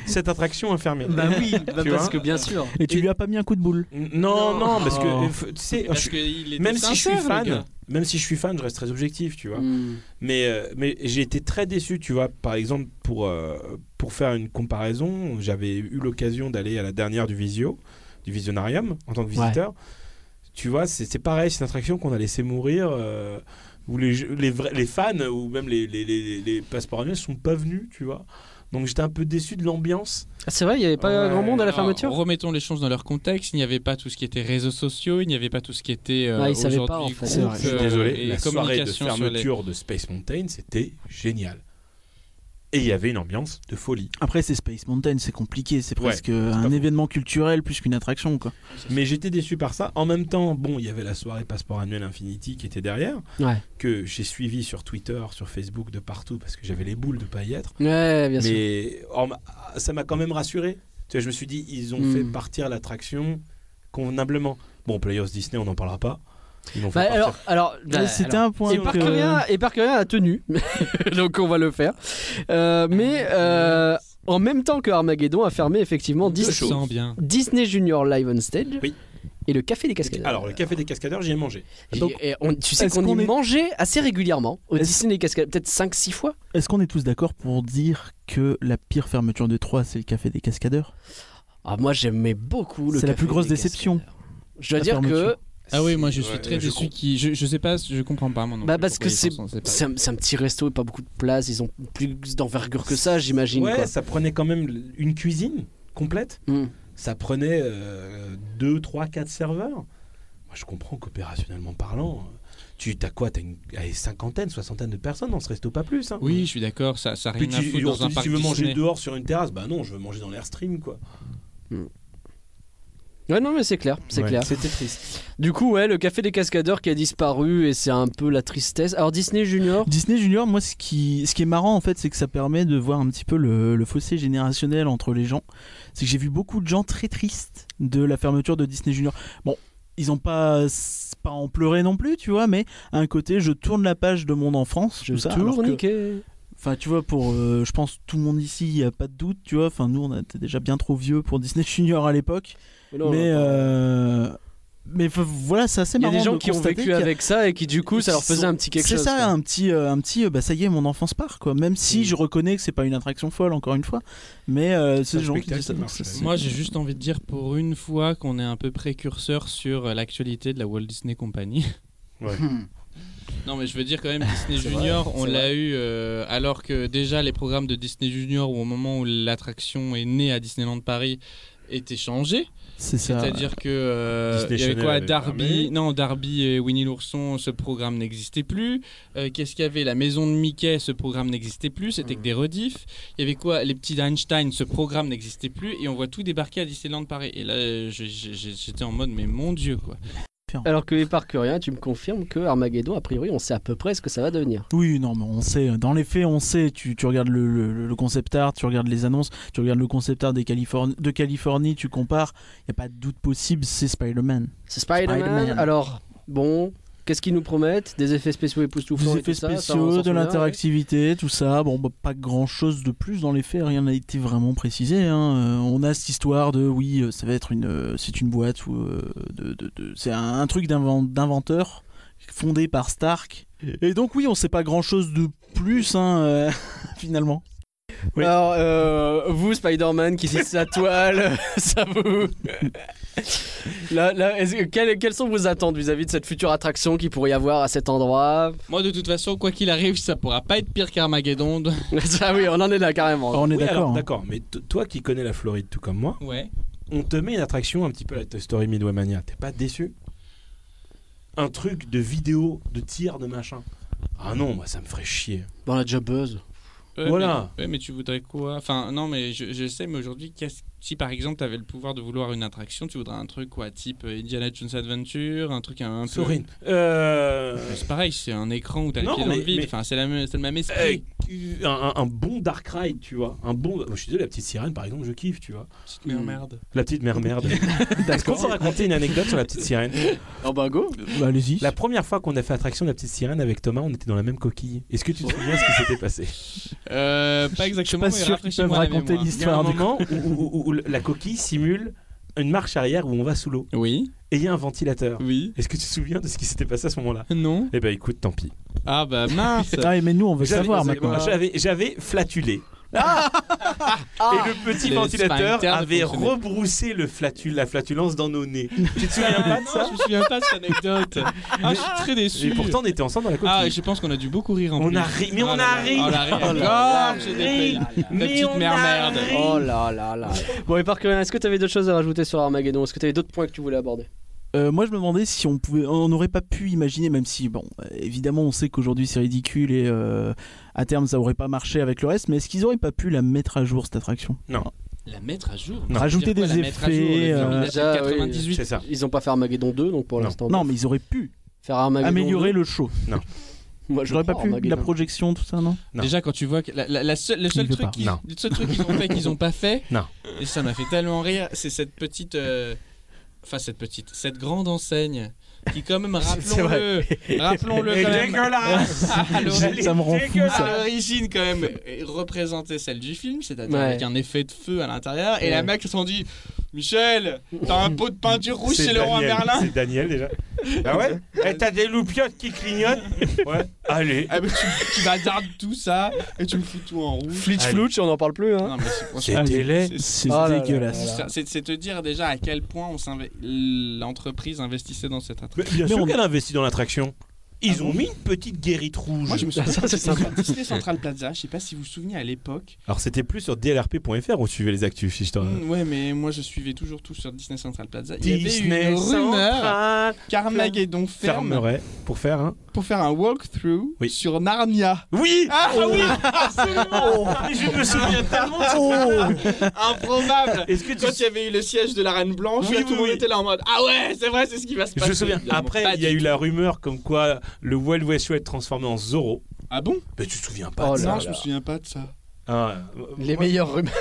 cette attraction est fermée.
oui,
Tu parce vois que
bien sûr.
Et tu lui as pas mis un coup de boule
Non, non, parce que
Oh.
euh, f- tu sais,
Parce
je-
qu'il était
même si je suis
sincère, le gars.
fan, même si je suis fan, je reste très objectif, tu vois.
Mm.
Mais, euh, mais j'ai été très déçu, tu vois. Par exemple, pour, euh, pour faire une comparaison, j'avais eu l'occasion d'aller à la dernière du Visio, du Visionarium, en tant que
Ouais.
visiteur. Tu vois, c'est c'est pareil, c'est une attraction qu'on a laissé mourir, euh, où les, je- les, vrais- les fans ou même les, les, les, les passeports annuels sont pas venus, tu vois. Donc j'étais un peu déçu de l'ambiance.
Ah, c'est vrai, il n'y avait pas
Ouais.
grand monde à la
Alors,
fermeture
Remettons les choses dans leur contexte. Il n'y avait pas tout ce qui était réseaux sociaux, il n'y avait pas tout ce qui était euh,
Ouais, Bah, ils savaient
aujourd'hui
pas, en fait.
groupe,
C'est vrai.
euh,
Je suis désolé,
et
la soirée de
communication sur les-
fermeture de Space Mountain, c'était génial. Et il y avait une ambiance de folie.
Après, c'est Space Mountain, c'est compliqué, c'est
Ouais,
presque
pas
un
faux.
événement culturel plus qu'une attraction, quoi.
Mais j'étais déçu par ça. En même temps, bon, il y avait la soirée passeport annuel Infinity qui était derrière,
Ouais.
que j'ai suivi sur Twitter, sur Facebook, de partout, parce que j'avais les boules de pas y être.
Ouais, bien sûr.
Mais en ma- ça m'a quand même rassuré. Tu vois, je me suis dit, ils ont
Hmm.
fait partir l'attraction convenablement. Bon, Players Disney, on n'en parlera pas. Ils l'ont fait
Bah,
partir.
alors, alors, bah,
Mais C'était
alors.
un point.
Et
que-
Parkerien, et Parkerien a tenu, donc on va le faire. Euh, mais euh, en même temps que Armageddon a fermé effectivement
Je
Dis-
choses.
sens bien.
Disney Junior Live on Stage
Oui.
et le Café des Cascades.
Alors, le café des cascadeurs, j'y ai mangé.
J'ai-
donc,
et on- tu sais
est-ce
qu'on
qu'on
y
est-
mangeait assez régulièrement au
Est-ce-
Disney des Cascades, peut-être 5-6 fois.
Est-ce qu'on est tous d'accord pour dire que la pire fermeture de 3, c'est le café des cascadeurs
Ah, moi j'aimais beaucoup le
C'est la
Café
plus grosse
des
déception.
Cascadeurs. Je dois
La
dire que
fermeture.
Ah oui, moi je suis
Ouais,
très
je
déçu.
comprends.
Qui, je, je sais pas, je comprends pas mon nom.
Bah, parce que c'est un, c'est un petit resto et pas beaucoup de place, ils ont plus d'envergure que ça, j'imagine.
Ouais,
quoi.
ça prenait quand même une cuisine complète.
Mm.
ça prenait 2, 3, 4 serveurs. Moi, je comprends qu'opérationnellement parlant, euh, tu t'as quoi T'as une allez, cinquantaine, soixantaine de personnes dans ce resto, pas plus. hein.
Oui, je suis d'accord, ça, ça a rien
Puis
à
tu,
foutre
on
dans
te
un
dit,
parc
tu veux manger
Disney.
dehors sur une terrasse Bah non, je veux manger dans l'airstream quoi.
Ouais, non, mais c'est clair, c'est
Ouais,
clair.
C'était triste.
Du coup, ouais, le café des cascadeurs qui a disparu et c'est un peu la tristesse. Alors, Disney Junior,
Disney Junior, moi, ce qui, ce qui est marrant, en fait, c'est que ça permet de voir un petit peu le, le fossé générationnel entre les gens. C'est que j'ai vu beaucoup de gens très tristes de la fermeture de Disney Junior. Bon, ils n'ont pas, c'est pas en pleurer non plus, tu vois, mais à un côté, je tourne la page de mon enfance.
je
tout ça, alors
tourne
que-
niqué.
Enfin, tu vois, pour, euh, je pense, tout le monde ici, il n'y a pas de doute, tu vois. Enfin, nous, on était déjà bien trop vieux pour Disney Junior à l'époque.
non,
mais,
non, non.
euh, mais enfin, voilà, c'est assez
Oh Il y a
marrant.
des gens
de
qui ont
constater
vécu
qu'il y a-
avec ça et qui du coup ça leur faisait un petit quelque chose.
C'est ça,
quoi. Mm.
un petit, euh, un petit, euh, bah ça y est, mon enfance part quoi. Même si je reconnais que c'est pas une attraction folle, encore une fois, mais euh,
C'est
ces
un
gens qui
spectacle
disent ça,
qui
donc
marche,
ça,
ouais.
c'est-
Moi, j'ai juste envie de dire pour une fois qu'on est un peu précurseur sur euh, l'actualité de la Walt Disney Company.
Ouais.
non, mais je veux dire quand même Disney
Hmm. C'est vrai,
Junior, on
c'est
l'a eu euh, alors que déjà les programmes de Disney Junior, au moment où l'attraction est née à Disneyland Paris, étaient changés.
c'est ça.
C'est-à-dire que euh,
Disney
il y avait
Channel
quoi
avait fermé.
Darby, non Darby et Winnie l'ourson, ce programme n'existait plus. Euh, Qu'est-ce qu'il y avait La maison de Mickey, ce programme n'existait plus, c'était
Mm.
que des rediffs. Il y avait quoi Les petits Einstein, ce programme n'existait plus et on voit tout débarquer à Disneyland Paris. Et là, euh, je- je- je- j'étais en mode mais mon dieu quoi.
Alors que les parkuriens, tu me confirmes que Armageddon, a priori, on sait à peu près ce que ça va devenir.
Oui, non, mais on sait. Dans les faits, on sait. Tu, tu regardes le, le- le concept art, tu regardes les annonces, tu regardes le concept art des Californ- de Californie, tu compares. Il y a pas de doute possible, c'est Spider-Man.
C'est Spider-Man.
Spider-Man.
Alors, bon, qu'est-ce qu'ils nous promettent Des effets spéciaux époustouflants.
Des
et tout
effets
ça, ça, on
spéciaux,
s'en
de
souvient,
l'interactivité, tout ça. Bon, bah, pas grand-chose de plus dans les faits. Rien n'a été vraiment précisé. hein. Euh, on a cette histoire de oui, euh, ça va être une, euh, c'est une boîte ou euh, de, de- de- c'est un, un truc d'inven- d'inventeur fondé par Stark. Et donc oui, on sait pas grand-chose de plus hein, euh, finalement.
ouais.
Oui.
Alors, euh, vous, Spider-Man, qui cite sa toile, ça vous. là, là, est-ce que- quelles, quelles sont vos attentes vis-à-vis de cette future attraction qui pourrait y avoir à cet endroit
Moi de toute façon, quoi qu'il arrive, ça pourra pas être pire qu'Armageddon.
Ça, oui, on en est là carrément.
Alors, on est
Oui, alors,
d'accord. hein.
D'accord, mais t- toi qui connais la Floride tout comme moi,
Ouais.
on te met une attraction un petit peu à la Toy Story Midway Mania. T'es pas déçu Un truc de vidéo, de tir, de machin. Ah non, moi ça me ferait chier.
Bon, on a déjà buzz.
Ouais,
Voilà.
Mais, ouais, mais tu voudrais quoi Enfin, non, mais je, je sais, mais aujourd'hui, qu'est-ce- si par exemple tu avais le pouvoir de vouloir une attraction, tu voudrais un truc quoi Type euh, Indiana Jones Adventure, un truc un, un peu.
Sorine. Euh,
Mais C'est pareil, c'est un écran où t'as le
Non,
pied dans le
mais-
vide.
mais-
Enfin, c'est la même- c'est le même esprit.
euh, un, un- un bon Dark Ride, tu vois. Un bon. Moi, Je suis désolé, la petite sirène par exemple, je kiffe, tu vois.
Petite merde.
La petite mère merde. Est-ce qu'on peut raconter une anecdote sur la petite sirène
Oh, bah, go
Bah, allez-y.
La première fois qu'on a fait attraction de la petite sirène avec Thomas, on était dans la même coquille. Est-ce que tu te souviens ce qui s'était passé
Euh, pas exactement,
pas
mais
sûr qu'ils
rafraîchis-moi
peuvent
la
raconter
mémoire.
l'histoire.
Il y a un moment où, où- où- où la coquille simule une marche arrière où on va sous l'eau.
Oui,
Et il y a un ventilateur.
oui,
Est-ce que tu te souviens de ce qui s'était passé à ce moment-là
non.
Eh ben écoute, tant pis.
Ah bah mince
Ah, mais nous, on veut
J'avais-
savoir
j'avais-
maintenant.
J'avais, j'avais flatulé. Ah Et le petit
Le
ventilateur
sphincter ne
avait
fonctionnait pas.
rebroussé le flatu- la flatulence dans nos nez. tu te souviens
Ah,
pas de
non,
ça
je me souviens pas de cette anecdote. Ah, je suis très déçu.
Et pourtant on était ensemble dans la
Ah,
coquille.
je pense qu'on a dû beaucoup rire en
on
plus.
a ri, mais
Oh
on
là
a
là.
ri.
Oh, la
Oh là
la
là.
gorge des
Ri.
La
Mais
petite
on
mère
a
merde.
ri.
Oh là là là. bon, et Parker, est-ce que tu avais d'autres choses à rajouter sur Armageddon Est-ce que tu avais d'autres points que tu voulais aborder
Euh, moi, je me demandais si on pouvait, on n'aurait pas pu imaginer, même si, bon, euh, évidemment, on sait qu'aujourd'hui c'est ridicule et euh, à terme ça aurait pas marché avec le reste, mais est-ce qu'ils auraient pas pu la mettre à jour cette attraction
La mettre à jour
Non.
Rajouter
C'est-à-dire
des
quoi, la mettre à jour,
effets,
le film,
euh,
il date de
Déjà, oui.
98.
C'est ça.
Ils ont pas fait Armageddon 2, donc pour
Non.
l'instant.
Non,
bon. bah,
mais ils auraient pu
faire Armageddon
améliorer le show.
2, Moi, Bah, je
J'aurais pas
crois
pu la
Armageddon.
projection, tout ça, non
Non.
Déjà, quand tu vois que la, la- la seule- le seul
Il veut
truc
pas.
qu'ils-
Non.
le seul truc qu'ils ont fait qu'ils ont pas fait,
Non.
et ça m'a fait tellement rire, c'est cette petite, euh, enfin cette petite, cette grande enseigne qui quand même
C'est
rappelons-le, rappelons-le
Et
quand même.
dégueulasse
à l'ori-
Ça me rend fou,
à
ça.
l'origine quand même euh, représentait celle du film, c'est-à-dire
Ouais.
avec un effet de feu à l'intérieur, et
Ouais.
la mec se sont dit Michel, t'as un pot de peinture rouge
C'est
chez le roi
Daniel,
Merlin.
C'est Daniel déjà. Ah ouais Eh, T'as des loupiottes qui clignotent Ouais. Allez.
Ah bah, tu, tu bazardes tout ça et tu me fous tout en rouge.
Flitch
Allez.
Flooch, on n'en parle plus. Hein.
Non, mais c'est-
C'était
Allez. Ah
laid.
c'est-
C'est
Oh là là
dégueulasse.
là là.
C'est- C'est c'est te dire déjà à quel point on s'inve- l'entreprise investissait dans cette attraction.
Mais bien
Mais
sûr
on-
qu'elle investit dans l'attraction. Ils
Ah
ont
bon
mis une petite guérite rouge.
Moi, je me souviens
Ça, c'est
c'était
sympa.
Disney Central Plaza. Je sais pas si vous vous souvenez à l'époque.
Alors c'était plus sur dlrp.fr où suivait les actus, si je
Hmm.
t'en
Mm, Ouais, mais moi, je suivais toujours tout sur Disney Central Plaza. Il y avait
Disney
une rumeur
Central
qu'Armageddon ferme
fermerait pour faire un.
pour faire un walkthrough
Oui.
sur Narnia.
Oui Oh
Ah oui,
Je me souviens tellement de Oh.
improbable.
Est-ce que tu
Quand il y avait eu le siège de la Reine Blanche,
Oui,
là,
oui,
tout le monde
oui.
était là en mode Ah ouais, c'est vrai, c'est ce qui va se
Je
passer.
me souviens.
Évidemment, pas
Après, il y a
du
eu
tout.
la rumeur comme quoi le Wild West Show est transformé en Zorro.
Ah bon
Mais tu te souviens pas
Oh
de
là
Non,
ça
je me souviens pas de ça.
Ah, euh,
Les
moi-
meilleures rumeurs.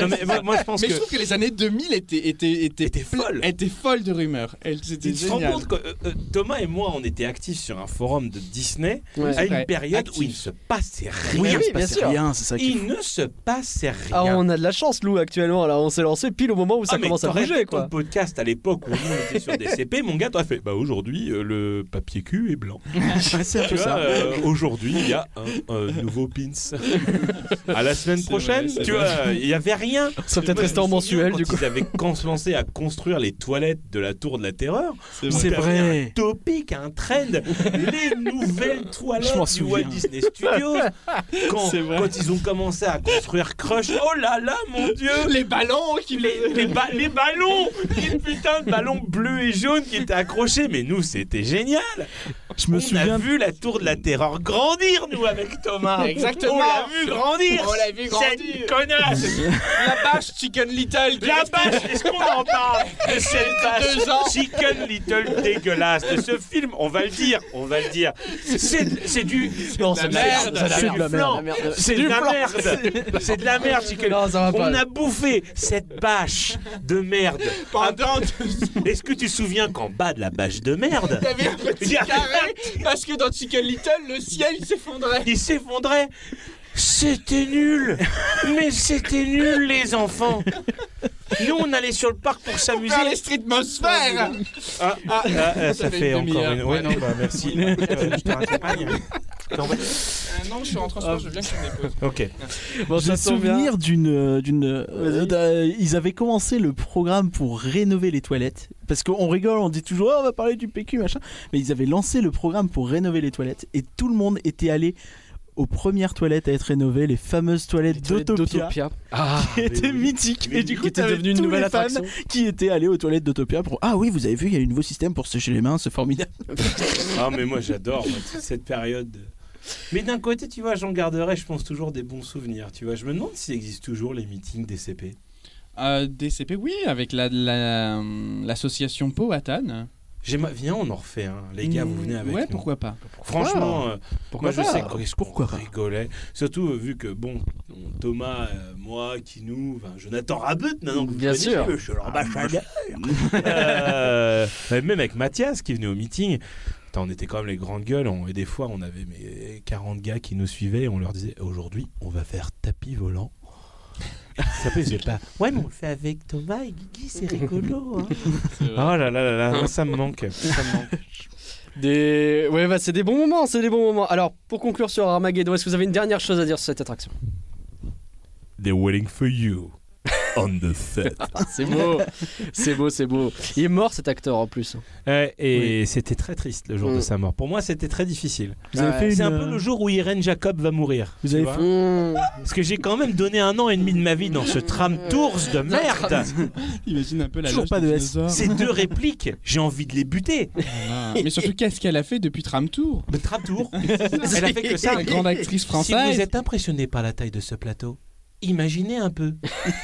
Non, mais moi, moi, je pense
Mais
que.
je trouve que les années 2000 étaient, étaient, étaient,
Étaient folles.
étaient folles de rumeurs. Elles étaient
Tu te rends
géniales.
compte que euh, euh, Thomas et moi, on était actifs sur un forum de Disney à
C'est
une
vrai,
période
actifs.
où il ne se passait rien.
Oui,
Il
oui,
se
bien
passait
sûr.
Rien, c'est ça qui est
Il ne se passait rien.
Ah, on a de la chance, Lou, actuellement. Là, on s'est lancé pile au moment où ça
Ah, mais
commence à
t'aurais
bouger,
fait
quoi.
Ton podcast à l'époque où nous, on était sur des CP, mon gars, t'aurais fait. Bah aujourd'hui, euh, le papier cul est blanc.
fou. Ouais, c'est un
Tu
peu
vois,
ça.
euh, aujourd'hui, il y a un, euh, nouveau pins. à la semaine
C'est
prochaine,
vrai, c'est
tu
vrai.
vois, il y avait rien.
Ça va peut-être
Moi,
rester en
je me souviens
mensuel,
quand
du coup.
Ils avaient commencé à construire les toilettes de la tour de la terreur.
C'est vrai.
C'est
C'était
vrai.
Un topic, un trend, les nouvelles toilettes
Je m'en
du
souviens.
Walt Disney Studios. Quand,
C'est vrai.
quand ils ont commencé à construire Crush, oh là là, mon dieu!
Les ballons qui
Les, les ba- les ballons, les putains de ballons bleus et jaunes qui étaient accrochés, mais nous c'était génial.
Je me
on a
souviens.
vu la tour de la terreur grandir, nous avec Thomas.
Exactement.
On l'a vu
Oh,
grandir.
On l'a vu
Cette
grandir.
connasse,
La bâche Chicken Little.
la bâche, est-ce qu'on en parle de cette bâche
deux ans.
Chicken Little dégueulasse de ce film On va le dire, on va le dire. C'est c'est du,
Non,
la
c'est de la
merde,
merde.
c'est
de
C'est
la
de la merde.
merde.
merde.
c'est de la
flan.
merde. C'est de la merde, Chicken.
Non, ça va pas.
On a bouffé cette bâche de merde.
pendant
Est-ce que tu te souviens qu'en bas de la bâche de merde,
il y avait un petit
Il y avait-
carré parce que dans Chicken Little le ciel s'effondrait.
il s'effondrait C'était nul Mais c'était nul, les enfants Nous, on allait sur le parc pour s'amuser.
Vers les street mosphères.
Ah, ah, ah,
Ça fait une demi-heure.
Ouais, non, bah merci. Euh, je te raccompagne. Non, bah,
Euh, non, je suis en transport, je viens que tu me déposes.
Ok.
Bon,
J'ai
ça tombe bien.
souvenir d'une d'une euh, d'un- ils avaient commencé le programme pour rénover les toilettes parce qu'on rigole on dit toujours Ah, on va parler du PQ machin mais ils avaient lancé le programme pour rénover les toilettes et tout le monde était allé aux premières toilettes à être rénovées les fameuses toilettes d'Autopia
Ah,
qui étaient
oui.
mythiques
Oui,
et du coup
qui était
t'avais
devenue une
tous
nouvelle
les fans
attraction.
qui étaient allés aux toilettes d'Autopia pour ah oui vous avez vu il y a le nouveau système pour sécher les mains c'est formidable
Ah, mais moi, j'adore moi, toute cette période. Mais d'un côté, tu vois, j'en garderai, je pense, toujours des bons souvenirs. Tu vois, je me demande s'il existe toujours les meetings des CP.
Euh, DCP, oui, avec la- la- l'association Powhatan.
J'aimerais- Viens, on en refait un. Les gars, vous venez avec
Ouais,
nous.
pourquoi pas.
Franchement, euh, moi,
Pourquoi
je
pas
sais que- qu'est-ce qu'on
Pourquoi pas
rigolait. Surtout euh, vu que, bon, on- Thomas, euh, moi, Kinou, enfin, Jonathan Rabut, maintenant que vous
Bien
connaissez,
sûr.
euh, je suis leur ambassadeur. Euh, mais même avec Mathias qui venait au meeting. putain, On était quand même les grandes gueules on- et des fois on avait mais 40 gars qui nous suivaient et on leur disait aujourd'hui on va faire tapis volant. Ça peut pas. Ouais mais on le fait avec Thomas et Guigui c'est rigolo. hein. oh là là là là moi, ça me manque. Ça me manque.
Des... Ouais, bah, c'est des bons moments, c'est des bons moments. Alors, pour conclure sur Armageddon, est-ce que vous avez une dernière chose à dire sur cette attraction
They're waiting for you on the set.
C'est beau, c'est beau, c'est beau. Il est mort cet acteur en plus.
Ouais, et c'était très triste le jour
Mm.
de sa mort. Pour moi, c'était très difficile.
vous avez
Ouais.
fait
C'est un
une,
peu
euh,
le jour où Irène Jacob va mourir.
Vous
tu
avez
vois.
Mmh.
Parce que j'ai quand même donné un an et demi de ma vie dans ce tram tours de merde.
Imagine un peu la
Toujours
loge
pas
des
de S.
dinosaures.
Ces deux répliques, j'ai envie de les buter.
Voilà. Mais surtout, qu'est-ce qu'elle a fait depuis Tram Tour
Le tram tour, elle a fait que ça.
La grande actrice
Si vous
française.
êtes impressionné par la taille de ce plateau, imaginez un peu.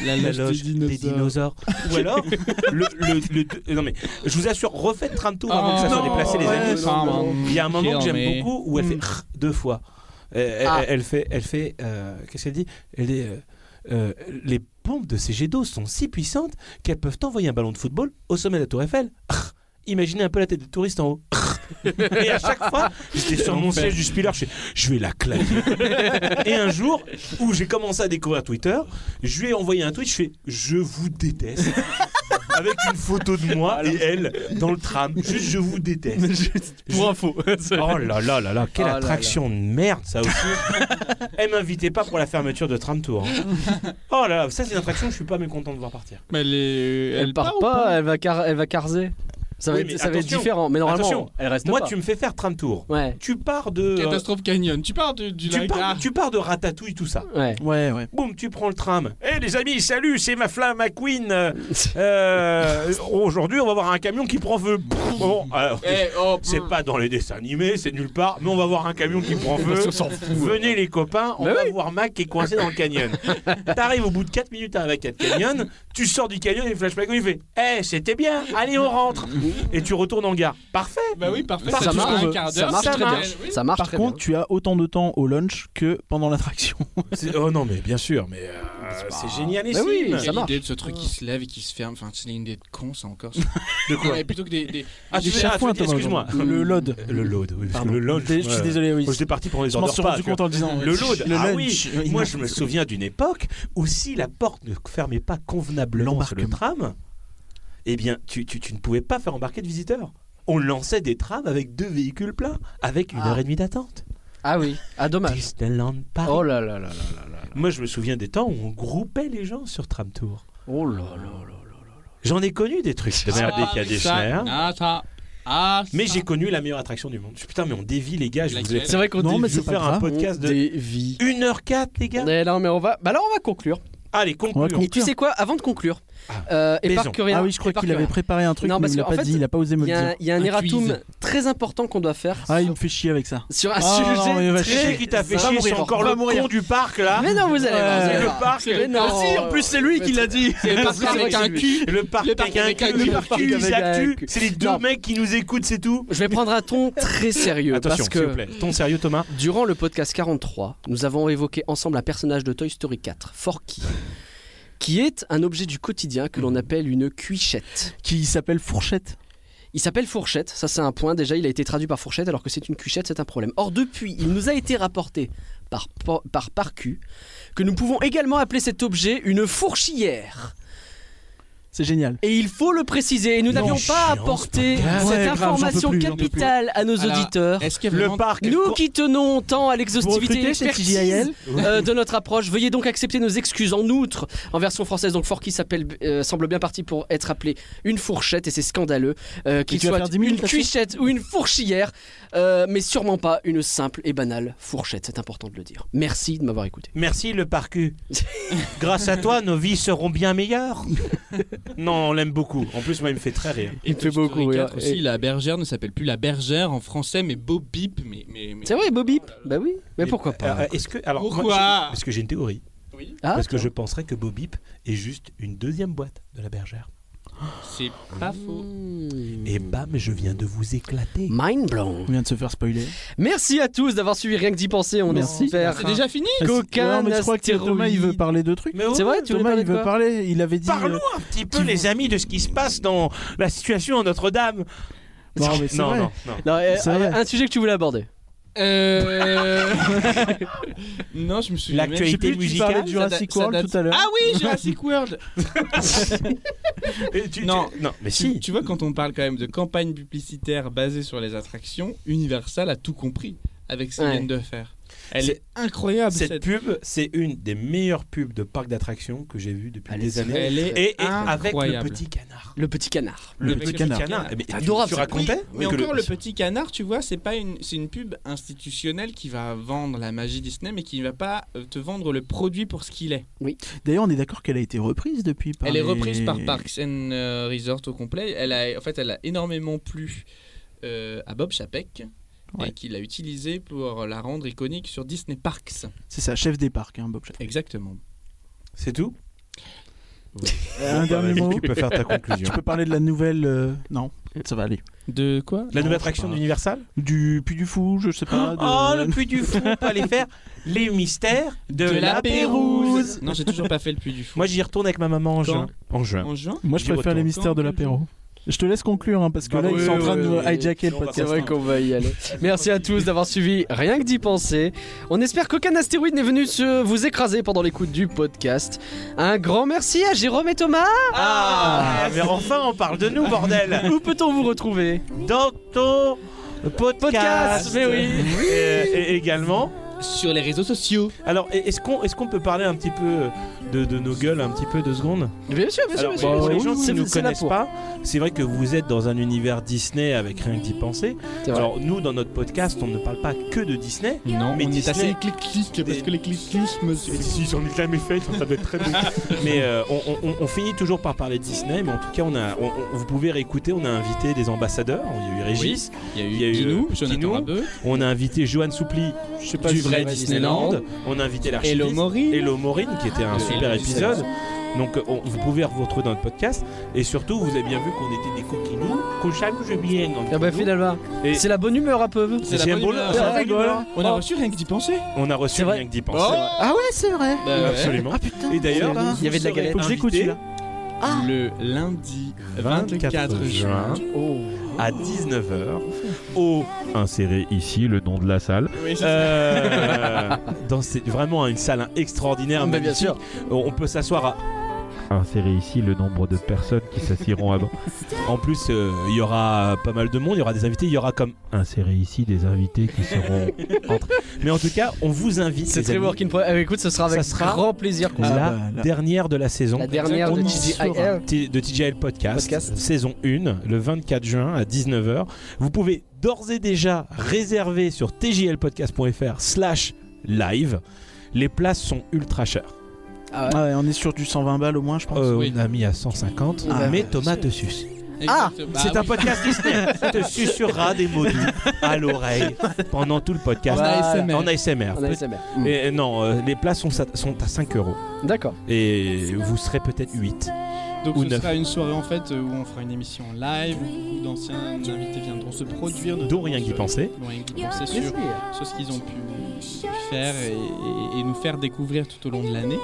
La
la
loge,
loge
des
des dinosaures.
dinosaures.
Ou alors, le, le- le- non mais, je vous assure, refaites Tram Tour avant
Ah,
que ça soit
non,
déplacé, les
ouais,
amis.
enfin, bon.
Il y a un moment que
Kill me.
j'aime beaucoup où elle fait Rrr deux fois. Euh, elle,
Ah.
elle fait, elle fait, euh, qu'est-ce qu'elle dit Elle est, euh, euh, les pompes de ces jets d'eau sont si puissantes qu'elles peuvent envoyer un ballon de football au sommet de la Tour Eiffel. Rrr. Imaginez un peu la tête des touristes en haut. Rrr. Et à chaque fois, j'étais sur mon siège du Spiller, je fais, je vais la claquer. Et un jour, où j'ai commencé à découvrir Twitter, je lui ai envoyé un tweet, je fais je vous déteste. Avec une photo de moi et elle dans le tram. Juste je vous déteste.
Pour info.
Oh là là là là, quelle
Ah là
attraction de merde ça aussi. elle m'invitait pas pour la fermeture de tram tour. hein. Oh là là, ça c'est une attraction que je suis pas mécontent de voir partir.
Mais elle, est-
Elle, part
ou
pas, elle va, car... elle va carzer. Ça va,
Oui,
être,
mais
ça va être
attention.
différent, mais normalement,
Attention.
elle reste
Moi,
pas.
tu me fais faire tram tour.
Ouais,
Tu pars de. euh,
Catastrophe Canyon. Tu pars du, du
tu,
lac.
pars,
Ah,
tu pars de ratatouille, tout ça.
ouais.
Ouais, ouais.
Boum, tu prends le tram. Eh les amis, salut, c'est ma flamme, ma queen. Euh, euh, Aujourd'hui, on va voir un camion qui prend feu. Bon, alors,
eh, oh,
c'est pas dans les dessins animés, c'est nulle part, mais on va voir un camion qui prend feu. Venez les copains, on
Bah
va voir Mac qui est coincé dans le canyon. T'arrives au bout de 4 minutes avec 4 canyon, tu sors du canyon et Flash Mago il fait Eh, c'était bien, allez, on rentre. Et tu retournes en gare. Parfait.
Bah oui, parfait.
Ça
c'est tout
marche,
ce qu'on
ça
veut.
Ça marche
Ça
très bien.
marche.
Ça marche
Par
très
contre,
bien.
tu as autant de temps au lunch que pendant l'attraction.
C'est- Oh non, mais bien sûr, mais euh, c'est génial ici.
Bah oui,
Quelle
ça marche.
idée de ce truc qui se lève et qui se ferme. Enfin, c'est une idée de con, ça encore.
De quoi
Ouais, plutôt que des, des-
Ah, tu
Des
veux dire- ah, tu veux
chafouins,
dire-
Thomas,
excuse-moi. Euh,
aujourd'hui. Le load.
Le load, oui, parce que
Pardon.
le load.
Je suis désolé, oui.
Moi, j'étais parti pour les
Je m'en
ordres
suis
pas.
rendu
tu vois.
compte en le disant.
Le load.
Le
ah
lunch.
oui.
Oui,
Moi,
non.
je me souviens d'une époque où si la porte ne fermait pas convenablement sur le tram, eh bien, tu, tu- tu ne pouvais pas faire embarquer de visiteurs. On lançait des trams avec deux véhicules pleins, avec une
Ah.
heure et demie d'attente.
Ah oui, ah
Bah,
dommage.
Disneyland Paris.
Oh là là là là là là.
Moi, je me souviens des temps où on groupait les gens sur tram tour.
Oh là là là.
J'en ai connu des trucs de merde
Ah,
des
oui, ça.
Schneider.
Ah, ça. Ah,
Mais
ça.
j'ai connu la meilleure attraction du monde. Putain, mais on dévie les gars. Je vous ai
Laquelle
fait
C'est vrai qu'on
Non, mais
dé-
c'est
faire
pas
un
grave.
podcast
on
de
dévie.
1h04, les gars.
Mais non, mais on va. Bah alors on va conclure.
Allez,
On va
conclure.
Et tu
Conclure.
sais quoi Avant de conclure,
Ah,
euh, et
maison.
par curieux-
Ah oui, je crois
et par
qu'il avait
curieux-
préparé un truc,
Non,
mais
parce
il l'a
qu'en
pas
fait,
dit, il a pas osé me
Il y
le
a un-
dire.
il y a un
Un
erratum
quiz.
très important qu'on doit faire
Ah, il me fait chier avec ça.
sur un
Ah,
sujet
non, mais va
très-
Tu sais qui t'a fait
Va
chier
mourir.
C'est encore
Va
le
mourir.
con du parc, là.
Mais non, vous allez voir. vous allez
C'est
voir.
le parc. Euh,
Mais non.
dit.
C'est parce
C'est vrai
qu'avec
que
un
c'est-
cul.
Le parc
Le parc
avec un
avec
cul,
un
le
cul.
parc
Le parc
avec
avec
un
un cul.
cul. C'est les deux
Non.
mecs qui nous écoutent, c'est tout.
Je vais prendre un ton très sérieux
Attention,
parce
s'il vous
que
plaît. Ton sérieux, Thomas
durant le podcast 43, nous avons évoqué ensemble un personnage de Toy Story 4, Forky, qui est un objet du quotidien que
Mhm.
l'on appelle une cuichette.
Qui s'appelle Fourchette.
Il s'appelle fourchette, ça c'est un point. Déjà, il a été traduit par fourchette alors que c'est une cuichette, c'est un problème. Or depuis, il nous a été rapporté par Po- par Parcu que nous pouvons également appeler cet objet une fourchillère.
C'est génial.
Et il faut le préciser, et nous
Non,
n'avions pas
chiant,
apporté
c'est pas grave.
cette
Ouais, grave, j'en peux
information
plus, j'en peux plus.
capitale à nos
Alors,
auditeurs.
Est-ce qu'il y a
Le
vraiment
parc.
Nous
con-
qui tenons tant à
Vous
l'exhaustivité et
recrutez chez
l'expertise
TJIL
euh, de notre approche, veuillez donc accepter nos excuses. En outre, en version française, donc Forky s'appelle, euh, semble bien parti pour être appelé une fourchette, et c'est scandaleux euh, qu'il
tu vas
soit
faire 10
une
minutes là-dessus
cuichette ou une fourchillère, euh, mais sûrement pas une simple et banale fourchette. C'est important de le dire. Merci de m'avoir écouté.
Merci, le parc. Grâce à toi, nos vies seront bien meilleures. Non, on l'aime beaucoup. En plus, moi, il me fait très rire.
Et
Il me fait
Toy Story
beaucoup rire.
4 aussi,
Et-
la bergère ne s'appelle plus la bergère en français, mais Bob Bip. Mais, mais, mais-
C'est vrai, Bobby Bah oui, mais
Et-
pourquoi pas
Euh, Est-ce que. Alors, moi, j'ai-
Pourquoi
Parce que j'ai une théorie.
Ah,
Parce que je penserais que Bobip est juste une deuxième boîte de la bergère.
C'est pas faux.
hmm.
Et bam, je viens de vous éclater.
Mind blown.
On vient de se faire spoiler.
Merci à tous d'avoir suivi Rien que d'y penser. On
Merci.
espère.
C'est déjà fini
Qu'aucun
Ouais, mais je crois que
astéroïde-
Thomas, il veut parler de trucs.
Mais oh, ouais,
C'est vrai, tu voulais
Thomas,
parler
il
de
veut
quoi
parler. Il avait dit.
Parlons
euh,
un petit peu, les amis, de ce qui se passe dans la situation à Notre-Dame.
Non, mais c'est
non,
vrai.
non, non.
Non, euh,
C'est
euh,
vrai.
un sujet que tu voulais aborder.
Euh. non, je me souviens. même-
L'actualité
je sais plus, tu
musicale.
parlais
de
de
Jurassic
ça date-
World tout à l'heure.
Ah oui, Jurassic World
Et tu-
Non.
tu- mais
tu,
si.
tu vois, quand on parle quand même de campagne publicitaire basée sur les attractions, Universal a tout compris avec ce qu'ils
Ouais.
viennent de faire. Elle
C'est-
est, incroyable
Cette,
cette,
pub, c'est une des meilleures pubs de parc d'attractions que j'ai vues depuis
Elle est
des années.
Elle est
Et, et avec
incroyable.
le petit canard.
Le petit canard.
Le, petit, canard. Mais tu,
Adorable,
tu
ça.
racontais
Mais
que
encore le... petit canard, tu vois, c'est pas une, c'est une pub institutionnelle qui va vendre la magie Disney, mais qui ne va pas euh, te vendre le produit pour ce qu'il est.
D'ailleurs, on est d'accord qu'elle a été reprise depuis. Par
Elle est
les-
reprise par Parks and euh, Resort au complet. Elle a, en fait, elle a énormément plu euh, à Bob Chapek.
Ouais.
Et qu'il l'a utilisée pour la rendre iconique sur Disney Parks.
C'est ça, chef des parcs, hein, Bob. Chapek.
Exactement.
C'est tout
Euh, un dernier mot.
Tu peux faire ta conclusion.
Tu peux parler de la nouvelle. euh, Non, ça va aller.
De quoi
La
Non,
nouvelle
je
attraction
sais pas. Ah,
d'Universal
Du Puy du Fou, je sais pas. de-
Oh, le puits du fou, pour aller faire les mystères de, la, Pérouse.
Non, j'ai toujours pas fait le puits du fou.
Moi, j'y retourne avec ma maman en
Quand
juin. En juin.
en juin
Moi, je
J'y
préfère
retourne.
les mystères de l'apéro. Je te laisse conclure, hein, parce que
Bah
là,
oui,
ils sont en
oui,
train de
oui, oui.
hijacker le
Non,
podcast.
C'est vrai
qu'on va y aller. Merci à tous d'avoir suivi Rien que d'y penser. On espère qu'aucun astéroïde n'est venu se vous écraser pendant l'écoute du podcast. Un grand merci à Jérôme et Thomas.
Ah, mais enfin, on parle de nous, bordel
Où peut-on vous retrouver
Dans ton podcast,
Podcast, mais oui.
Et, et également
sur les réseaux sociaux.
Alors, est-ce qu'on est qu'on peut parler un petit peu de, de nos gueules, un petit peu, deux secondes
Bien sûr, bien sûr,
Alors,
bien
pour
sûr.
les gens qui
C'est-
ne nous
c'est là
connaissent
pour.
pas, c'est vrai que vous êtes dans un univers Disney avec rien que d'y penser.
C'est vrai.
Alors, nous, dans notre podcast, on ne parle pas que de Disney.
Non,
Mais
on est
Disney-
assez clic-clic parce
Des-
que les clic-clics, monsieur.
si j'en ai jamais fait, ça doit être très bon. mais euh, on, on- on- on finit toujours par parler de Disney, mais en tout cas, on a, on- on- vous pouvez réécouter, on a invité des ambassadeurs. Il y a eu Régis,
Il
il y a eu,
Guinou,
euh,
Jonathan
Guinou.
Rabeu.
on a invité Johan Soupli du
si
vrai
c'est vrai
Disneyland, on a invité l'archiviste.
Hello Maury.
Hello Maureen qui était un
Ah,
super
oui,
épisode. Donc euh, on- vous pouvez vous retrouver dans notre podcast et surtout vous avez bien vu qu'on était des coquinous, qu'on chame je bien.
Ah bah, Phil Alva,
Et-
c'est la bonne humeur un peu.
C'est la bonne humeur.
Ah,
C'est la bonne
rigole.
humeur.
On a reçu rien que d'y penser.
On a reçu
C'est vrai. Oh,
rien que d'y penser.
Ah ouais, c'est vrai.
Bah ouais.
Absolument.
Ah putain.
Et d'ailleurs,
Ah,
Il y avait de la
vous serez
galette.
Faut que j'écoute
invité
celui-là.
Ah.
Le lundi 24 juin.
Oh.
à 19h au inséré ici le nom de la salle.
Oui, c'est
Euh, dans c'est vraiment une salle hein, extraordinaire.
Bah, bien
magnifique.
sûr.
Euh, On peut s'asseoir à insérer ici le nombre de personnes qui s'assieront avant. En plus, euh, il y aura pas mal de monde, il y aura des invités, il y aura comme insérer ici des invités qui seront entrés. Mais en tout cas, on vous invite.
C'est
les
très
amis.
working pro. Ah, écoute, ce sera avec
Ça sera
grand plaisir qu'on
La
se
Ah bah, là.
dernière de la saison.
La dernière de
On en
TGIL.
sera. T- de TGIL Podcast,
Podcast.
saison 1, le 24 juin à 19h. Vous pouvez d'ores et déjà réserver sur tjlpodcast.fr slash live. Les places sont ultra chères.
Ah ouais, on est sur du 120 balles au moins, je pense.
Euh,
oui.
On a mis à 150,
Ah,
mais Thomas te suce.
Ah,
Bah
C'est un podcast Disney. te susurra des mots doux à l'oreille pendant tout le podcast.
En
ASMR.
En ASMR.
On a SMR.
Et non, euh, les places sont, sa- sont à 5 euros.
D'accord.
Et vous serez peut-être 8.
Donc
Ou
ce
neuf.
sera une soirée en fait euh, où on fera une émission live où beaucoup d'anciens invités viendront se produire.
Dont
notamment
rien qu'y
sur-
penser.
dont rien qu'y penser sur, sur ce qu'ils ont pu faire et, et- et nous faire découvrir tout au long de l'année.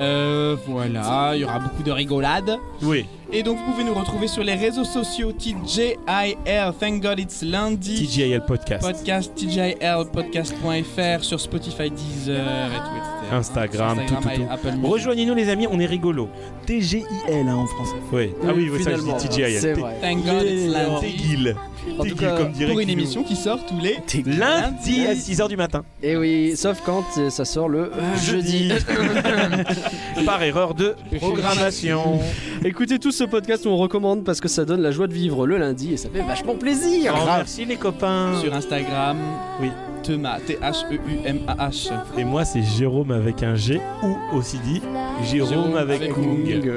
Euh, voilà, il y aura beaucoup de rigolades.
Oui.
Et donc vous pouvez nous retrouver sur les réseaux sociaux TJIR, thank god it's lundi.
TGIL Podcast.
Podcast TJIL, podcast.fr, sur Spotify, Deezer et tout, etc.
Instagram, tout, tout,
et Apple Music.
Rejoignez-nous les amis, on est rigolo.
TGIL hein, en français.
Oui. Ah oui, oui, ça je dis
Finalement,
TGIL.
C'est
T'es-
vrai.
Thank god it's
T'es
lundi.
guil.
En
T'es
tout
guil,
cas,
comme dirait
Pour une
Guillaume.
émission qui sort tous les
Lundi à 6h du matin.
Et oui, sauf quand euh, ça sort le euh, jeudi.
Par erreur de programmation.
Écoutez tous ce podcast, on recommande parce que ça donne la joie de vivre le lundi et ça fait vachement plaisir.
Oh, merci les copains.
sur Instagram.
Oui.
Thema, E T-H-E-U-M-A-H.
Et moi c'est Jérôme avec un G ou aussi dit Jérôme
Jérôme
avec
avec
Kung.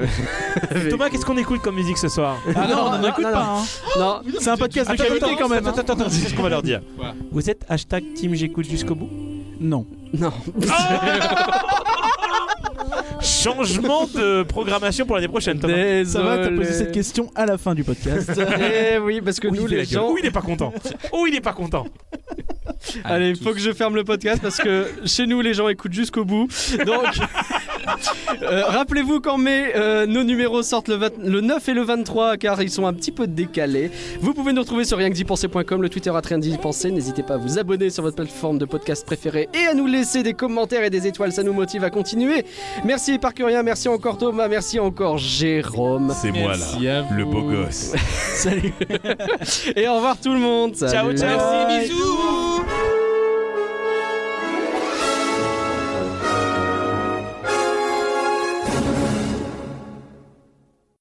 Thomas, qu'est-ce qu'on écoute comme musique ce soir
Ah non,
on
non,
n'écoute
non,
pas. hein.
Non,
C'est un podcast de
Attends,
qualité
attends,
quand même.
Attends,
hein.
attends, attends, c'est ce qu'on va leur dire.
Quoi
Vous êtes hashtag Team J'écoute jusqu'au bout
Non.
non.
Changement de programmation pour l'année prochaine, Thomas.
Ça va, t'as posé cette question à la fin du podcast.
Eh oui, parce que
Où Oh, il
nous
fait la
les
gueule
gens.
Où il est pas content Où il est pas content
Allez, faut que je ferme le podcast parce que chez nous les gens écoutent jusqu'au bout. Donc. euh, Rappelez-vous qu'en mai, euh, nos numéros sortent le, 20 le 9 et le 23 car ils sont un petit peu décalés. Vous pouvez nous retrouver sur rienquedipenser.com, le Twitter à rien que d'y penser. N'hésitez pas à vous abonner sur votre plateforme de podcast préférée et à nous laisser des commentaires et des étoiles, ça nous motive à continuer. Merci Parcurien, merci encore Thomas, merci encore Jérôme.
C'est
Merci à vous.
gosse.
Et au revoir tout le monde.
Ciao,
Salut.
ciao.
Merci, bisous.